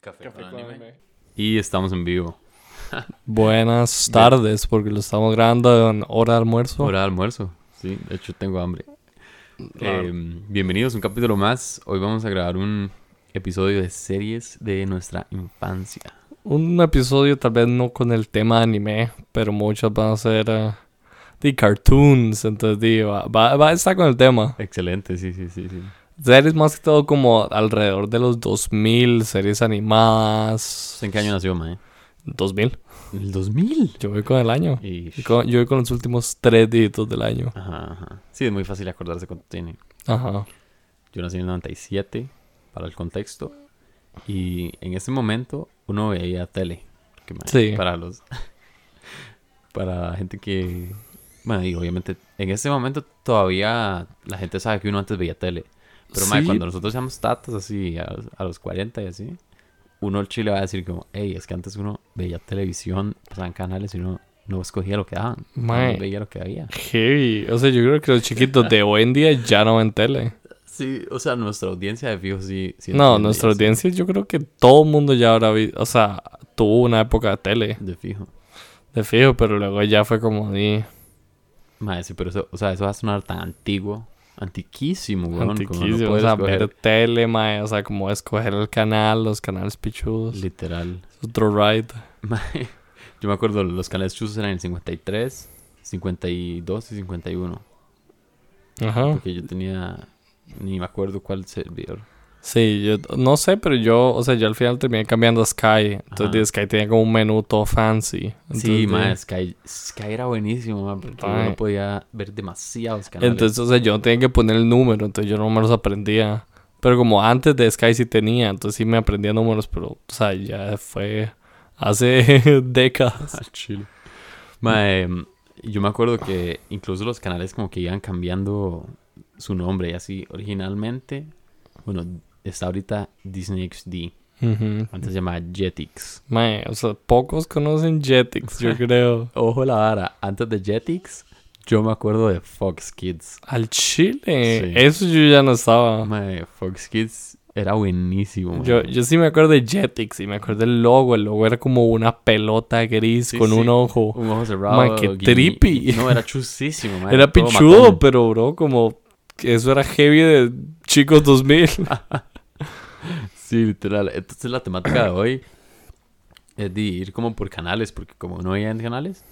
Café, Café con con anime. anime. Y estamos en vivo. Buenas tardes, porque lo estamos grabando en hora de almuerzo. Hora de almuerzo. Sí, de hecho tengo hambre. Claro. Eh, bienvenidos a un capítulo más. Hoy vamos a grabar un episodio de series de nuestra infancia. Un episodio tal vez no con el tema anime, pero muchas van a ser eh, de cartoons, entonces di, va, va- va a estar con el tema. Excelente, sí, sí, sí. sí. Series más que todo como alrededor de los 2000, series animadas. Pues, ¿En qué año nació, Mae? 2000, El 2000. yo voy con el año. Y... Yo con- Yo voy con los últimos tres dígitos del año. Ajá, ajá. Sí, es muy fácil acordarse cuánto tiene. Ajá. Yo nací en el 97, para el contexto. Y en ese momento uno veía tele. que, mae, Sí. Para los. Para la gente que. Bueno, y obviamente en ese momento todavía la gente sabe que uno antes veía tele. Pero mae, Sí. cuando nosotros seamos tatas así, a, los- a los 40 y así, uno al chile va a decir como, hey, es que antes uno veía televisión, pasaban canales y uno no escogía lo que daban. Mae. No veía lo que había. Heavy. O sea, yo creo que los chiquitos de hoy en día ya no ven tele. Sí, o sea, nuestra audiencia de fijo sí. sí No, entiende nuestra eso, audiencia, yo creo que todo el mundo ya habrá visto, o sea, tuvo una época de tele, De fijo. de fijo, pero luego ya fue como de Madre, sí, pero eso, o sea, eso va a sonar tan antiguo, antiquísimo, weón. antiquísimo, como o no sea, puedes ver escoger, tele, mae, o sea, como escoger el canal, los canales pichudos, literal. otro ride. Mae, yo me acuerdo, los canales chuzos eran el 53, 52 y 51. Ajá. Porque yo tenía, ni me acuerdo cuál servidor. Sí, yo no sé, pero yo, o sea, yo al final terminé cambiando a Sky, entonces Ajá. di, Sky tenía como un menú todo fancy. sí, entonces, madre, di, Sky, Sky era buenísimo, mae, porque Mae. uno podía ver demasiados canales. Entonces, o sea, yo no tenía que poner el número, entonces yo no me los aprendía. Pero como antes de Sky sí tenía, entonces sí me aprendía números, pero, o sea, ya fue hace décadas. Al chile. Mae, em, yo me acuerdo que incluso los canales como que iban cambiando su nombre y así originalmente, bueno, está ahorita Disney XD, Ujú. antes se llamaba Jetix. Mae, o sea, pocos conocen Jetix, yo creo. Ojo la vara, antes de Jetix, yo me acuerdo de Fox Kids. Al chile, Sí. eso yo ya no estaba. Mae, Fox Kids era buenísimo. mae. Ah. Yo, yo sí me acuerdo de Jetix y me acuerdo del logo. El logo era como una pelota gris Sí, con sí. un ojo. Un ojo cerrado. Mae, qué guiñi- trippy. No, era chusísimo, mae, Era todo pichudo, matón. pero bro, como que eso era heavy de chicos 2000. Sí, literal. Entonces la temática de hoy es de ir como por canales, porque como no hay en canales,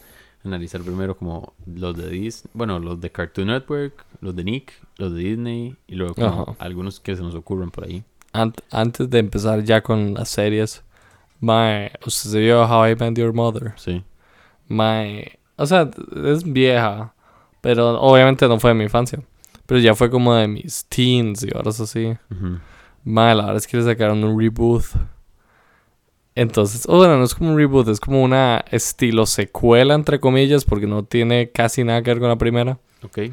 analizar primero como los de Disney, bueno, los de Cartoon Network, los de Nick, los de Disney y luego como Ajá. algunos que se nos ocurren por ahí. Ant- antes de empezar ya con las series, mae, usted se vio How I Met Your Mother. Sí. Mae, o sea, es vieja, pero obviamente no fue de mi infancia. Pero ya fue como de mis teens y ahora es así. Ujú. Mae, la verdad es que le sacaron un reboot. Entonces, o bueno, no es como un reboot, es como una estilo secuela, entre comillas, porque no tiene casi nada que ver con la primera. Ok.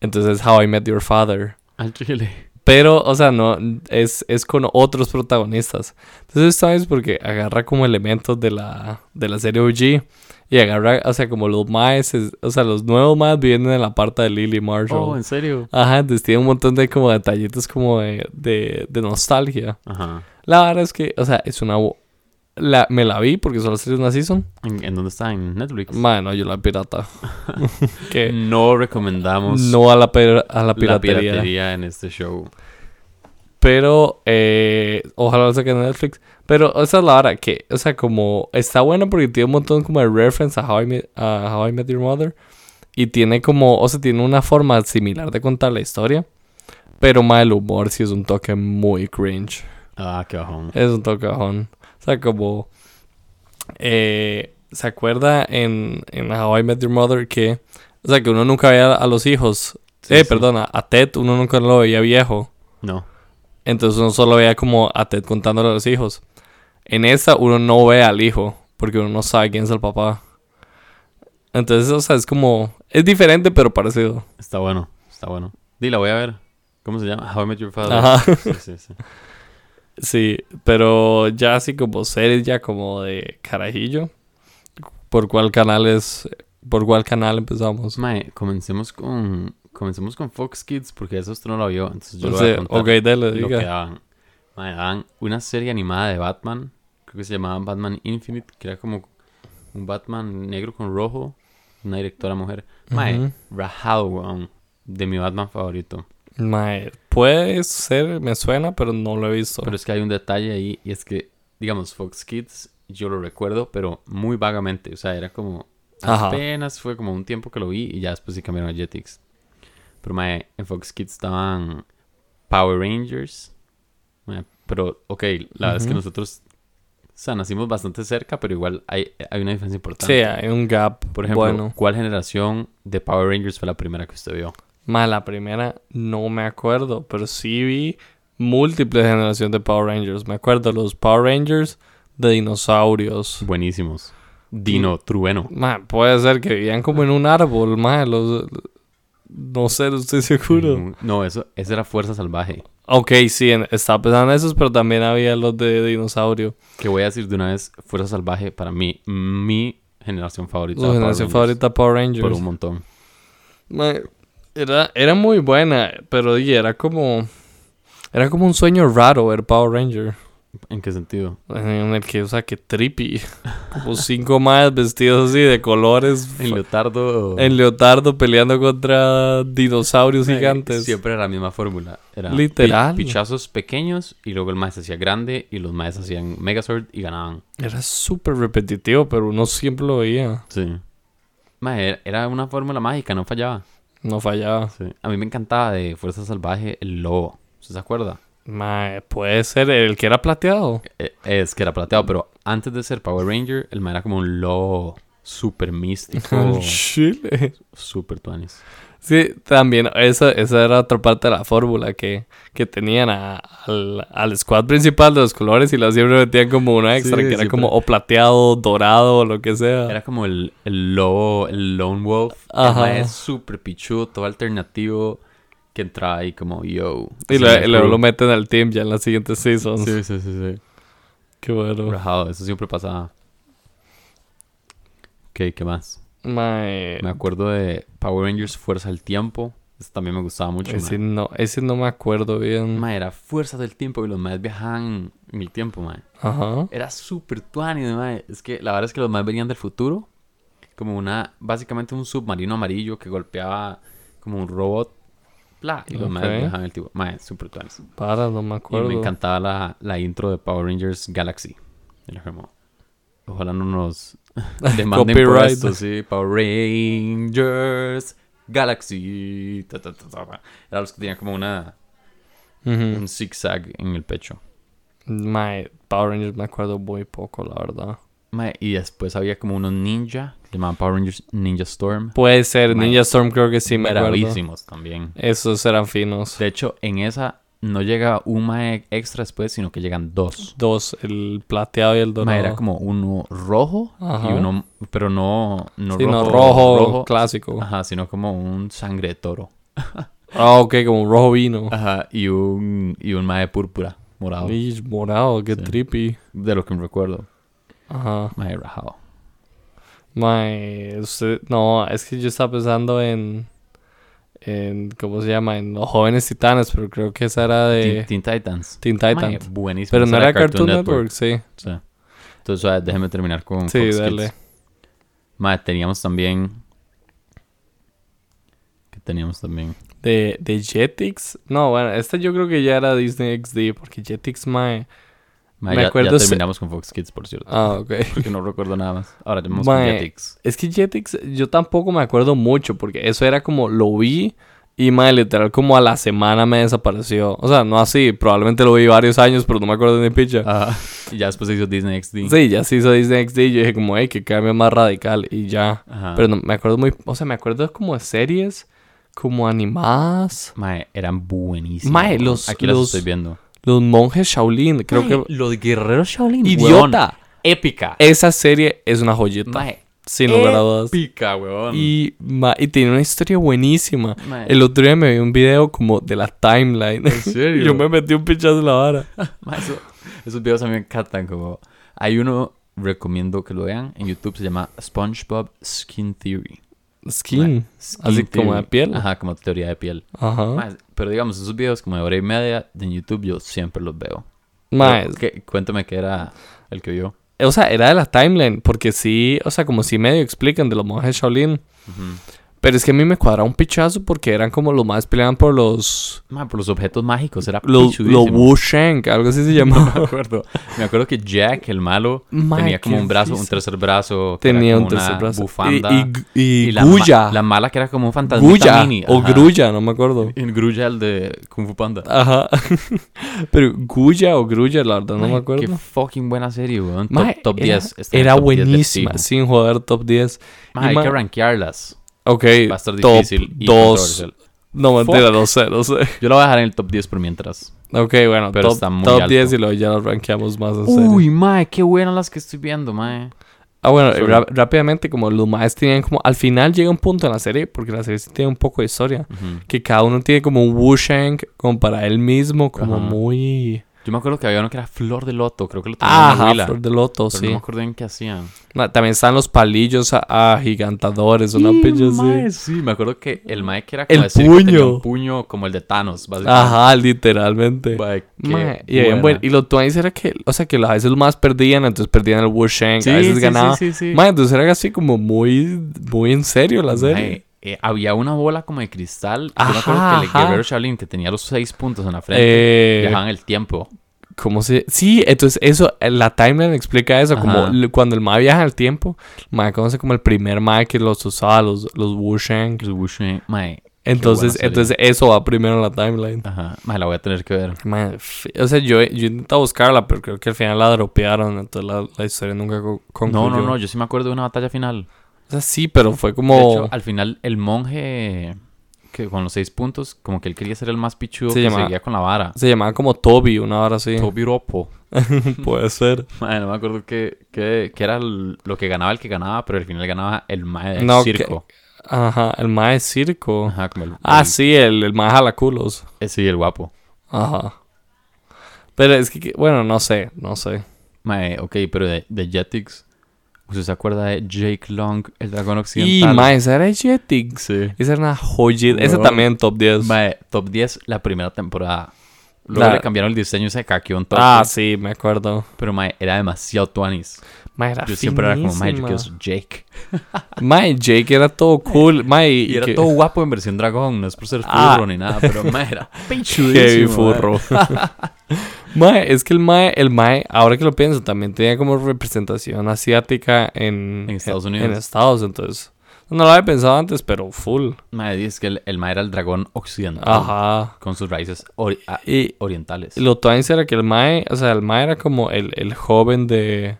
Entonces, es How I Met Your Father. Al chile. Pero, o sea, no, es, es con otros protagonistas. Entonces, ¿sabes? Porque agarra como elementos de la, de la serie OG. Y agarra, o sea, como los más, o sea, los nuevos más vienen de la parte de Lily Marshall. Oh, ¿en serio? Ajá, entonces tiene un montón de como detallitos como de, de, de nostalgia. Ajá. La verdad es que, o sea, es una... bo- La, me la vi porque solo salió una season. ¿En, en dónde está? ¿En Netflix? Mano, yo la pirata. que No recomendamos eh, no a la, per- a la la piratería. piratería en este show. Pero, eh, ojalá lo saquen en Netflix. Pero esa es la hora que, o sea, como está buena porque tiene un montón como de reference a How I Met, a How I Met Your Mother. Y tiene como, o sea, tiene una forma similar de contar la historia. Pero más el humor sí es un toque muy cringe. Ah, qué bajón. Es un toque bajón. O sea, como, eh, ¿se acuerda en, en How I Met Your Mother que, o sea, que uno nunca veía a los hijos? Sí, eh, sí. perdona, a Ted uno nunca lo veía viejo. No. Entonces uno solo veía como a Ted contándole a los hijos. En esta uno no ve al hijo porque uno no sabe quién es el papá. Entonces, o sea, es como... Es diferente pero parecido. Está bueno. Está bueno. Dila, voy a ver. ¿Cómo se llama? How I Met Your Father. Ajá. Sí, sí, sí. Sí, pero ya así como series ya como de carajillo. ¿Por cuál canal es...? ¿Por cuál canal empezamos? Mae, comencemos con, comencemos con Fox Kids porque eso usted no lo vio. Entonces yo Entonces, lo voy a ok, contar dale, lo que diga. daban. Mae, daban una serie animada de Batman. Creo que se llamaba Batman Infinite, que era como un Batman negro con rojo. Una directora mujer. Mae, Ujú. rajado, weón, De mi Batman favorito. Mae, puede ser, me suena, pero no lo he visto. Pero es que hay un detalle ahí y es que, digamos, Fox Kids, yo lo recuerdo, pero muy vagamente. O sea, era como. Ajá. Apenas fue como un tiempo que lo vi y ya después sí cambiaron a Jetix. Pero mae, en Fox Kids estaban Power Rangers. Mae, pero, ok, la verdad es que Ujú. nosotros. O sea, nacimos bastante cerca, pero igual hay, hay una diferencia sí, importante. hay un gap. Por ejemplo, bueno, ¿cuál generación de Power Rangers fue la primera que usted vio? mae, la primera no me acuerdo, pero sí vi múltiples generaciones de Power Rangers. Me acuerdo los Power Rangers de dinosaurios. Buenísimos. Dino, Trueno. Mae, puede ser que vivían como en un árbol, mae, los... No sé, no estoy seguro. No, eso, esa era Fuerza Salvaje. Ok, sí, en- estaba pensando en esos, pero también había los de dinosaurio. Que voy a decir de una vez, Fuerza Salvaje para mí, mi generación favorita. Su de Power generación Rangers, favorita Power Rangers. Por un montón. Mae, Era, era muy buena, pero oye, era como. Era como un sueño raro ver Power Ranger. ¿En qué sentido? En el que, o sea, que trippy. Como cinco más vestidos así de colores. En Leotardo... En leotardo peleando contra dinosaurios eh, gigantes. Siempre era la misma fórmula. Era pi- Literal. pichazos pequeños y luego el maestro hacía grande y los maestros hacían Megazord y ganaban. Era súper repetitivo, pero uno siempre lo veía. Sí. era una fórmula mágica, no fallaba. No fallaba. Sí. A mí me encantaba de Fuerza Salvaje el lobo. ¿Usted se acuerda? Mae, puede ser el que era plateado. Eh, Es que era plateado, pero antes de ser Power Ranger, el mae era como un lobo super místico, En Chile. super tuanis. Sí, también, esa, esa era otra parte de la fórmula que, que tenían a- al, al squad principal de los colores y la siempre metían como una extra Sí, que era siempre. como o plateado, dorado, o lo que sea. Era como el, el lobo, el lone wolf. Ah. Ajá. Es súper pichudo, todo alternativo. Que entraba ahí como yo. y Sí, lo- y luego crew. lo meten al team ya en las siguientes seasons. Sí, sí, sí, sí. Qué bueno. Rajado, eso siempre pasaba. Ok, ¿qué más? Mae, Me acuerdo de Power Rangers Fuerza del Tiempo. Eso también me gustaba mucho. ese, mae. no, ese no me acuerdo bien. Mae, era Fuerza del Tiempo y los maes viajaban en el tiempo, mae. Ajá. Era súper tuánido, mae. Es que la verdad es que los más venían del futuro. Como una... Básicamente un submarino amarillo que golpeaba como un robot. Bla, y los más Ok. dejaban el tipo. Mae, súper tuanis. Para, no me Y acuerdo. me encantaba la, la intro de Power Rangers Galaxy. Era como... Ojalá no nos demanden por Copyright. esto, sí. Power Rangers Galaxy. ta, ta, ta, ta, ta. Era los que tenían como una... Ujú. Un zigzag en el pecho. Mae, Power Rangers me acuerdo muy poco, la verdad. Mae, y después había como unos ninja que se llamaban Power Rangers Ninja Storm. Puede ser, Mae. Ninja Storm creo que sí me acuerdo. Bravísimos también. Esos eran finos. De hecho, en esa no llega un mae extra después, sino que llegan dos. dos, el plateado y el dorado. Mae, era como uno rojo Ajá. y uno, pero no, no Sí, no, rojo, Ah. rojo, clásico. Ajá, sino como un sangre de toro. Ah, ok, como un rojo vino. Ajá, y un, y un mae púrpura, morado, Y morado, qué Ah, Sí. trippy. de lo que me recuerdo. Ajá. Mae rajado. Mae, usted- no, es que yo estaba pensando en, en, ¿cómo se llama? En los jóvenes titanes, pero creo que esa era de Teen, Teen Titans. Teen Mae, Titans. buenísimo. pero Esa no era Cartoon, Network, sí. Sí. Entonces, ah, déjeme terminar con Sí, Fox dale. Kids. Mae, teníamos también... ¿Qué teníamos también? De, de Jetix. No, bueno, esta yo creo que ya era Disney XD, porque Jetix, mae. Mae, Me ya, acuerdo ya se- terminamos con Fox Kids, por cierto. Ah, ok. Porque no recuerdo nada más. Ahora tenemos con Mae. Jetix. Es que Jetix, yo tampoco me acuerdo mucho, porque eso era como lo vi y madre, literal, como a la semana me desapareció. O sea, no así, probablemente lo vi varios años, pero no me acuerdo ni picha. Ah, y ya después se hizo Disney XD. Sí, ya se hizo Disney XD y yo dije, como, hey, que cambio más radical y ya. Ajá. Pero no, me acuerdo muy, o sea, me acuerdo como de series, como animadas. Mae, eran buenísimos. Mae, los- Aquí los, los- estoy viendo. Los monjes Shaolin, creo que. Los guerreros Shaolin. ¡Idiota! Épica. Esa serie es una joyita, Mae. sin lugar a eh, dudas. Épica, weón. Y, ma- y tiene una historia buenísima. Mae. El otro día me vi un video como de la timeline. ¿En serio? Yo me metí un pichazo en la vara. Ma, eso- esos videos a mí me encantan. Como... Hay uno, recomiendo que lo vean, en YouTube se llama SpongeBob Skin Theory. Skin. Skin Así como de theory. piel. Ah. Ajá, como teoría de piel. Ajá. Mae, pero digamos, esos videos como de hora y media de YouTube yo siempre los veo. Mae, Pero, ¿qué- cuéntame qué era el que vio. O sea, era de la timeline, porque sí, o sea, como si medio explican de los monjes Shaolin. Pero es que a mí me cuadra un pichazo porque eran como los más peleaban por los. Mae, por los objetos mágicos, era Los lo pichudísimo. Wushang, algo así se me llamaba. acuerdo. Me acuerdo que Jack, el malo, Mae, tenía como qué un brazo, un risa. tercer brazo. que era Tenía como un tercer una brazo. Bufanda. Y, y, y la, ma- Guya. la mala que era como un fantasma Guya. mini. O ajá. Grulla, no me acuerdo. En Grulla, el de Kung Fu Panda. Ajá. Pero Guya o Grulla, la verdad, no me Mae, acuerdo. Qué fucking buena serie, weón. Top, Mae, top era- 10. está en Era, top 10 del buenísima, fijo. sin joder, top 10. Y Mae, hay ma- que rankearlas. ok, Va a estar top difícil. y 2. controversial. No, Fuck. mentira, no sé, no sé. Yo la voy a dejar en el top 10 por mientras. Ok, bueno, Pero top, está muy top alto. 10 y luego ya los rankeamos más en serio. Uy, mae, qué buenas las que estoy viendo, mae. Ah, bueno, y sorry. ra- rápidamente, como los más tenían como. Al final llega un punto en la serie, porque la serie sí tiene un poco de historia, Ujú. que cada uno tiene como un Wushang, como para él mismo, como Ajá. muy. Yo me acuerdo que había uno que era Flor de Loto, creo que lo tenía en la Ajá, huila. Flor de Loto, pero sí. no me acuerdo bien qué hacían. Ma- También están los palillos a- agigantadores, una Y, pilla mae, así. sí, me acuerdo que el mae que era El como de circo tenía puño. un puño como el de Thanos, básicamente. Ajá, literalmente. Mae, qué Mae, y, habían buen- buena. y los Twines era que, o sea, que a veces los más perdían, entonces perdían el Wushang, Sí, a sí, veces sí, ganaban. sí, sí. Mae, entonces era así como muy, muy en serio la serie. Mae, eh, había una bola como de cristal. Yo me Ajá, acuerdo que el ajá. guerrero Shaolin que tenía los seis puntos en la frente. Eh, Viajaban el tiempo. ¿Cómo se...? Sí, entonces eso, eh, la timeline explica eso, como Ajá. l- cuando el ma viaja al tiempo, ma conoce como el primer ma que los usaba, los, los Wushang. Los Wuxi, Mae. Entonces, serie. entonces eso va primero en la timeline. Ajá. Mae, la voy a tener que ver. Ma, f- o sea, yo, yo intentaba buscarla, pero creo que al final la dropearon, entonces la, la historia nunca co- concluyó. No, no, no. Yo sí me acuerdo de una batalla final. O sea, sí, pero fue De como... hecho, al final, el monje que con los seis puntos, como que él quería ser el más pichudo Se que llamaba- seguía con la vara. se llamaba como Toby, una hora así. Tobiropo. Puede ser. Mae, no me acuerdo que, que, que era el- lo que ganaba el que ganaba, pero al final ganaba el mae del No, que- circo. Ajá, el ma de circo. Ajá, como el, Ah, el- sí, el, el ma jalaculos. eh, sí, el guapo. Ajá. Pero es que, que- bueno, no sé, no sé. Mae, ok, pero de, de Jetix, ¿usted se acuerda de Jake Long, el dragón Y, occidental? mae, esa era Jetix. sí. Esa era una joyita. Esa Weón. también top 10. Mae, top 10 la primera temporada. Luego pues La- le cambiaron el diseño y se caqueó un toque. ah, sí, me acuerdo. Pero mae, era demasiado tuanis. Mae, era Yo siempre era como, mae, yo finísima. quiero ser Jake. Mae, Jake era todo cool. Mae, Y era que- todo guapo en versión dragón, no es por ser Ah. furro ni nada, pero mae, era Heavy pichudísimo. furro. mae, es que el mae, el mae, ahora que lo pienso, también tenía como representación asiática en, En Estados en- En Unidos. Estados, entonces. No lo había pensado antes, pero full. Mae, dice que el, el mae era el dragón occidental. Ajá. Con sus raíces ori- a- Y, orientales. Lo Twines era que el Mae, o sea, el Mae era como el, el joven de,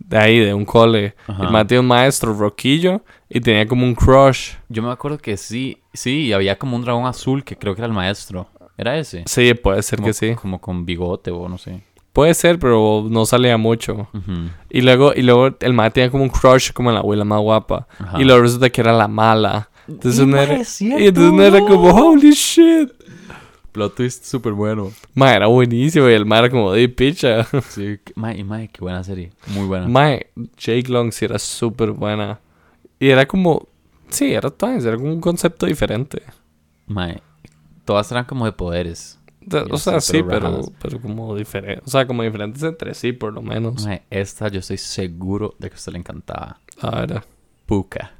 de ahí, de un cole. Ajá. El Mae tenía un maestro roquillo y tenía como un crush. Yo me acuerdo que sí, sí, y había como un dragón azul que creo que era el maestro. ¿Era ese? Sí, puede ser Como- que sí. Como con bigote o no sé. Puede ser, pero no salía mucho. Ujú. Y luego, y luego el Mae tenía como un crush como en la abuela más guapa. Ajá. Y luego resulta que era la mala. Entonces uno era, es y entonces uno era como, holy shit. Plot twist súper bueno. Mae, era buenísimo. Y el Mae era como, de picha. Sí, que- mae, y mae, qué buena serie. Muy buena. Mae, Jake Long sí era súper buena. Y era como. Sí, era Twins, era como un concepto diferente. Mae, todas eran como de poderes. De- Ya o sea, sé, sí, pero pero, rajadas. pero como diferente. O sea, como diferentes entre sí, por lo menos. Mae, esta yo estoy seguro de que a usted le encantaba. La verdad. Puka.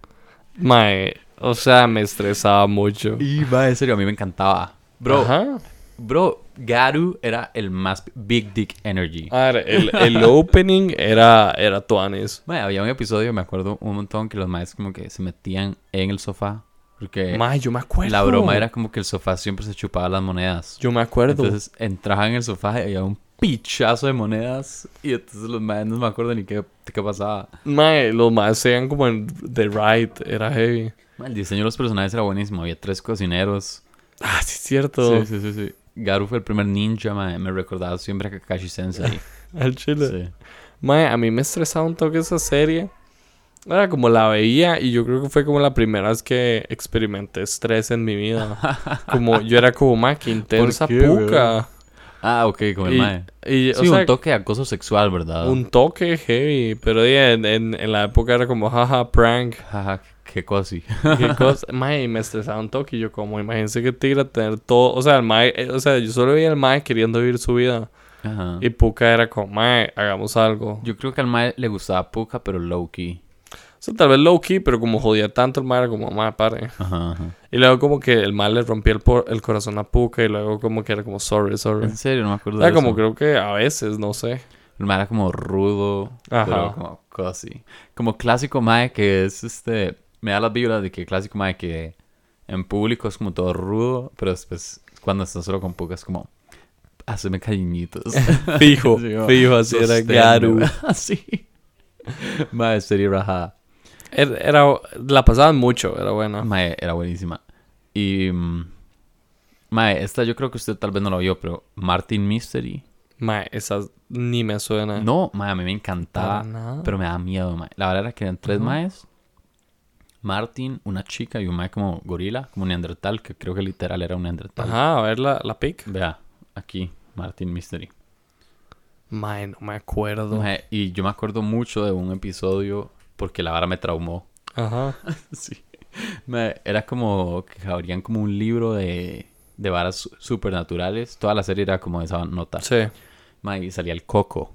Mae, o sea, me estresaba mucho. Y mae, en serio, a mí me encantaba. Bro, Ajá. bro, Garu era el más Big Dick Energy. A ver, el, el opening era, era Twins. Mae, había un episodio, me acuerdo un montón, que los maes como que se metían en el sofá. Porque Mae, yo me acuerdo. Eh, la broma era como que el sofá siempre se chupaba las monedas. Yo me acuerdo. Entonces entraban en el sofá y había un pichazo de monedas. Y entonces los maes no me acuerdo ni qué, qué pasaba. Mae, los más sean como en The Right, era heavy. El diseño de los personajes era buenísimo. Había tres cocineros. Ah, sí, es cierto. Sí, sí, sí, sí. Garu fue el primer ninja, mae. Me recordaba siempre a Kakashi Sensei. Al chile. sí. Mae, a mí me estresaba un toque esa serie. Era como la veía y yo creo que fue como la primera vez que experimenté estrés en mi vida. Como yo era como, mae, que intensa qué, weón? puca. Ah, ok, con el Y, mae. y, o Sí, sea, un toque de acoso sexual, ¿verdad? un toque heavy. Pero di, en, en- en la época era como, jaja, prank. Jaja, Qué cosa. ¿Qué cosa? Mae, me estresaba un toque. y Yo, como, imagínense que Tigra tener todo. O sea, el mae, eh, o sea, yo solo veía al mae queriendo vivir su vida. Ajá. Y Puka era como, mae, hagamos algo. Yo creo que al mae le gustaba Puka, pero low key. O sea, tal vez low key, pero como jodía tanto el mae, era como, mae, pare. Ajá, ajá. Y luego, como que el mae le rompía el, por- el corazón a Puka. Y luego, como que era como, sorry, sorry. En serio, no me acuerdo O sea, de como eso. creo que a veces, no sé. El mae era como rudo, Ajá. pero como casi. Como clásico mae que es este. Me da las vibras de que clásico mae que en público es como todo rudo, pero después cuando estás solo con Puka es como. Hazme cariñitos. Fijo, Sí, como, fijo, así era "Sosténme". Garu. Así. Mae, sería rajada. Era, Er, era- la pasaban mucho, era buena. Ah. Mae, era buenísima. Y. mm, Mae, esta yo creo que usted tal vez no la vio, pero Martin Mystery. Mae, esas ni me suena. No, mae, a mí me Para encantaba. nada. Pero me daba miedo, mae. La verdad era que eran tres maes. Martin, una chica y un mae como gorila, como neandertal, que creo que literal era un neandertal. Ajá, a ver la, la pic. Vea, aquí, Martin Mystery. Mae, no me acuerdo. Mae, y yo me acuerdo mucho de un episodio porque la vara me traumó. Ajá. Sí. Mae, era como que abrían como un libro de, de varas su- supernaturales. Toda la serie era como esa nota. Sí. Mae, y salía el coco.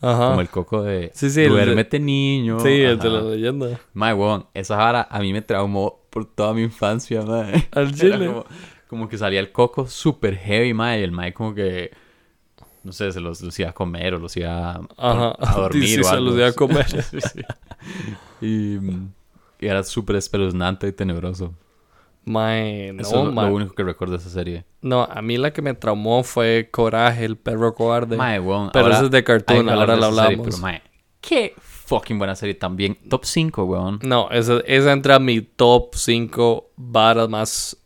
Como Ajá. el coco de Sí, sí, el de- duérmete niño. sí, el de Ajá. la leyenda. Mae, weón, esa vara a mí me traumó por toda mi infancia, mae. Al Era chile. Como, como que salía el coco super heavy, mae. Y el mae como que... No sé, se los, los iba a comer o los iba a, Ajá. a dormir Sí, o se algo. los iba a comer. Sí, sí. Y, mm, y era súper espeluznante y tenebroso. Mae, Eso no, es lo- lo, mae. único que recuerdo de esa serie. No, a mí la que me traumó fue Coraje, el perro cobarde. Mae, weón. Pero ahora eso es de hay cartoon, que hablar ahora de la esa serie, hablamos. pero, mae, qué fucking buena serie también. Top 5, weón. No, esa, esa entra a mi top 5 varas más.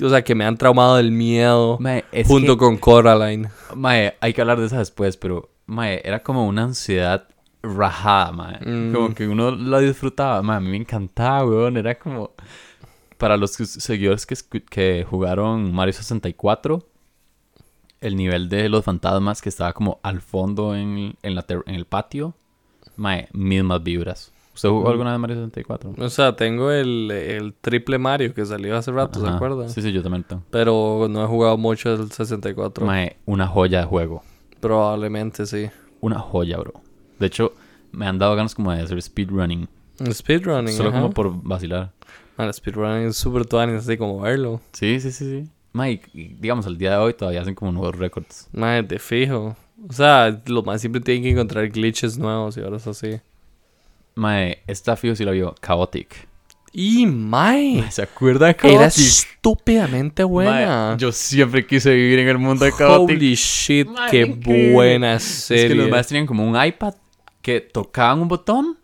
O sea, que me han traumado el miedo. Mae, es junto que- con Coraline. Mae, hay que hablar de esa después, pero mae, era como una ansiedad rajada, mae. Como que uno la disfrutaba, mae, a mí me encantaba, weón. Era como para los que- seguidores que, escu- que jugaron Mario 64, el nivel de los fantasmas que estaba como al fondo en, en la ter- en el patio, mae, mismas vibras. ¿Usted jugó alguna vez Mario 64? O sea, tengo el, el triple Mario que salió hace rato, ¿se Ajá. acuerdan? Sí, sí, yo también. lo tengo. Pero no he jugado mucho el 64. Mae, una joya de juego. Probablemente sí. Una joya, bro. De hecho, me han dado ganas como de hacer speedrunning. El Speedrunning. Solo ajá. como por vacilar. Ah, el speedrunning es súper tuanis, así como verlo. Sí, sí, sí, sí. Mike, digamos, al día de hoy todavía hacen como nuevos récords. Madre, te fijo. O sea, lo más siempre tienen que encontrar glitches nuevos y ahora es así. Mae, esta fijo sí la vio, Chaotic. ¡Y mae! ¿Se acuerda de Eh, Era estúpidamente buena. Mae, yo siempre quise vivir en el mundo de Chaotic. Holy shit, Mae, qué increíble. buena es serie. que los maes tenían como un iPad que tocaban un botón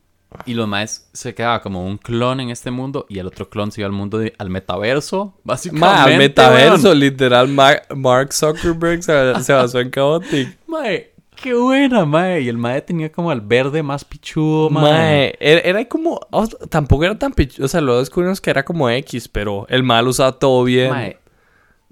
y los maes se quedaba como un clon en este mundo y el otro clon se iba al mundo, de- al metaverso, básicamente. Ma, al weón. metaverso, literal, Ma- Mark Zuckerberg se, se basó en Chaotic. Mae, qué buena, mae. Y el mae tenía como el verde más pichudo, mae. Mae, era, era como, o sea, tampoco era tan pich- o sea, luego descubrimos que era como X, pero el mal usaba todo bien. Mae.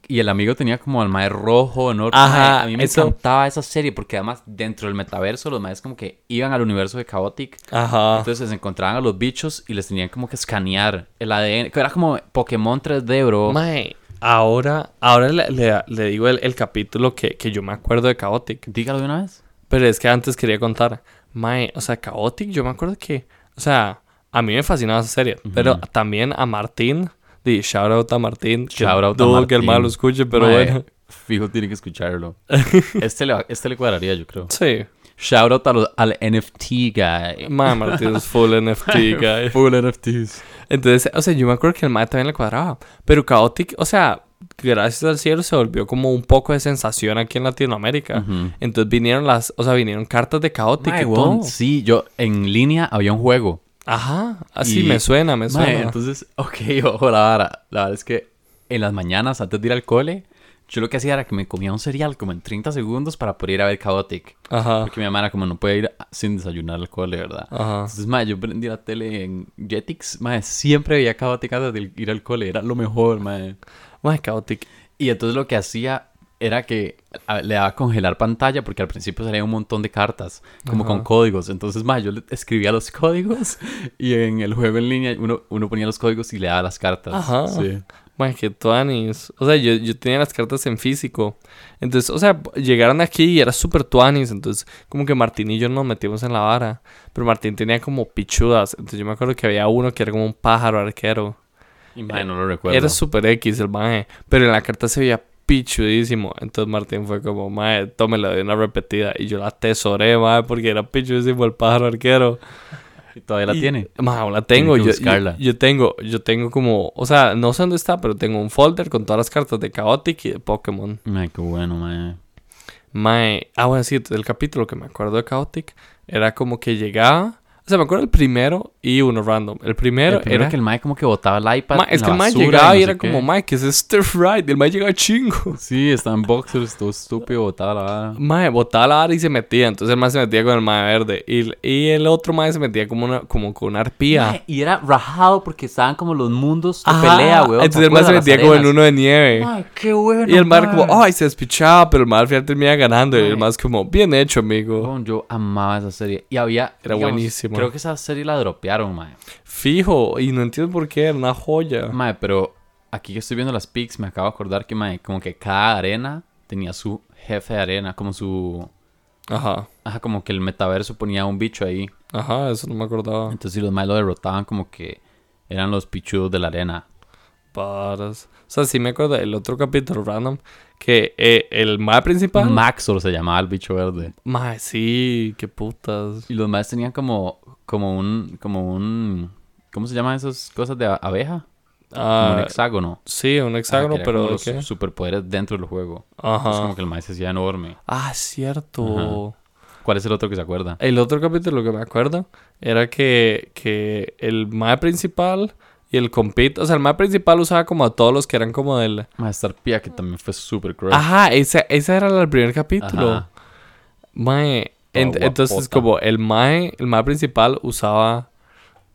Y el amigo tenía como al mae rojo, ¿no? Ajá, Mae, a mí me eso. encantaba esa serie porque además dentro del metaverso los maes como que iban al universo de Chaotic. Ajá. Entonces se encontraban a los bichos y les tenían como que escanear el ADN. Que era como Pokémon 3D, bro. Mae, ahora, ahora le, le- le digo el, el capítulo que, que yo me acuerdo de Chaotic, Dígalo de una vez. pero es que antes quería contar. Mae, o sea, Chaotic, yo me acuerdo que, o sea, a mí me fascinaba esa serie, pero también a Martín, di, shout out a Martín, que Shout out a dudo que el Martín. mal lo escuche, pero Mae, bueno. Fijo, tiene que escucharlo. Este le, va- este le cuadraría, yo creo. Sí. Shout out a los- al NFT guy. Ma, Martín es full NFT, guy. Full NFTs. Entonces, o sea, yo me acuerdo que el mae también le cuadraba. Pero Chaotic, o sea, gracias al cielo se volvió como un poco de sensación aquí en Latinoamérica. Entonces vinieron las, o sea, vinieron cartas de Chaotic Mae, y weón, todo. Sí, yo en línea había un juego. Ajá, así Y- me suena, me suena. Mae, entonces, ok, ojo la vara. La verdad es que en las mañanas, antes de ir al cole, yo lo que hacía era que me comía un cereal como en 30 segundos para poder ir a ver Chaotic. Ajá. Porque mi mamá era como no puede ir sin desayunar al cole, ¿verdad? Ajá. Entonces, mae, yo prendí la tele en Jetix. Mae, siempre veía Chaotic antes de ir al cole. Era lo mejor, mae. Mae, Chaotic. Y entonces lo que hacía era que a- le daba congelar pantalla porque al principio salía un montón de cartas, como Ajá. con códigos. Entonces, más yo le escribía los códigos y en el juego en línea uno, uno ponía los códigos y le daba las cartas. Ajá. Sí. Man, que tuanis. O sea, yo, yo tenía las cartas en físico. Entonces, o sea, llegaron aquí y era súper tuanis. Entonces, como que Martín y yo nos metimos en la vara. Pero Martín tenía como pichudas. Entonces, yo me acuerdo que había uno que era como un pájaro arquero. Y mae, no lo recuerdo. Era súper X el maje. Pero en la carta se veía pichudísimo. Entonces, Martín fue como, maje, tómela de una repetida. Y yo la atesoré, maje, porque era pichudísimo el pájaro arquero. Y todavía la Y- tiene. Ma, aún la tengo. que Yo, yo- buscarla. yo tengo, yo tengo como, o sea, no sé dónde está, pero tengo un folder con todas las cartas de Chaotic y de Pokémon. Mae, qué bueno, mae. Mae, ah, bueno, sí, el capítulo que me acuerdo de Chaotic era como que llegaba, o sea, me acuerdo el primero y uno random. El primero, El primero era que el mae como que botaba el iPad. Ma, en es la que el mae basura llegaba no y sé era qué. como, mae, que es este fried. Y el mae llegaba chingo. Sí, estaba en boxers, todo estúpido, botaba la vara. Mae, botaba la vara y se metía. Entonces el mae se metía con el mae verde. Y, y el otro mae se metía como, una, como con una arpía. Mae, Y era rajado porque estaban como los mundos de Ajá, pelea, weón. ¿se ah, Entonces el mae acuerda? se Las metía como en arenas. uno de nieve. Ay, qué bueno. Y el mar mae. como, ay, se despichaba, pero el mar al final termina ganando. Y el Ay. mar es como, bien hecho, amigo. Weón, Yo amaba esa serie. Y había. Era buenísimo. Creo que esa serie la dropearon, mae. Fijo, y no entiendo por qué, era una joya. Mae, pero aquí que estoy viendo las pics, me acabo de acordar que, mae, como que cada arena tenía su jefe de arena, como su. Ajá, Ajá, como que el metaverso ponía un bicho ahí. ajá, eso no me acordaba. Entonces, si los malos lo derrotaban, como que eran los pichudos de la arena. Paras. O sea, sí me acuerdo del otro capítulo random que eh, el mar principal. Maxor se llamaba el bicho verde. Mae, sí, qué putas. Y los más tenían como, como un, como un, ¿cómo se llaman esas cosas de a- abeja? Como un Ah, hexágono. sí, un Ajá, que hexágono, era pero como ¿de los qué? superpoderes dentro del juego. Es Ajá. como que el maestro se hacía enorme. Ah, cierto. ¿Cuál es el otro que se acuerda? El otro capítulo que me acuerdo era que, que el mae principal y el compit, o sea, el mae principal usaba como a todos los que eran como del... Maestar Pia, que también fue super cruel. Ajá, ese, ese era el primer capítulo. Ajá. Mae. Toda en- guapota. entonces, como el mae, el mae principal usaba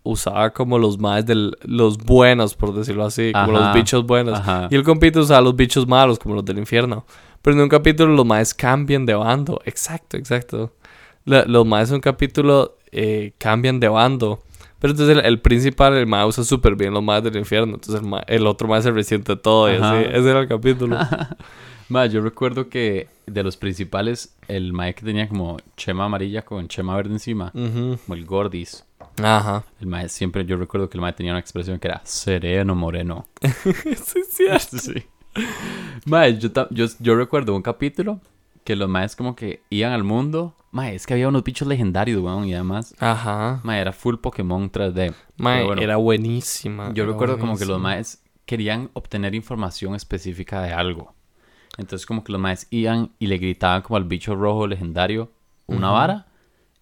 usaba como los maes del los buenos, por decirlo así, como Ajá, los bichos buenos. ajá. Y el compito usaba los bichos malos, como los del infierno. Pero en un capítulo los maes cambian de bando. Exacto, exacto. La- los maes en un capítulo eh, cambian de bando. Pero entonces el, el principal, el mae usa súper bien los maes del infierno. Entonces el, mae- el otro mae se resiente todo y Ajá. así. Ese era el capítulo. Ma, yo recuerdo que de los principales, el maestro que tenía como chema amarilla con chema verde encima, Ujú. como el gordis. Ajá. El maestro siempre, yo recuerdo que el maestro tenía una expresión que era sereno moreno. Eso es cierto. Sí. Mae, yo, ta- yo, yo recuerdo un capítulo que los maes como que iban al mundo. Mae, es que había unos bichos legendarios, weón, y además. Ajá. Mae, era full Pokémon 3D. Mae, Pero bueno, era buenísima. Yo era recuerdo como que los buenísima. maes querían obtener información específica de algo. Entonces como que los maes iban y le gritaban como al bicho rojo legendario una vara.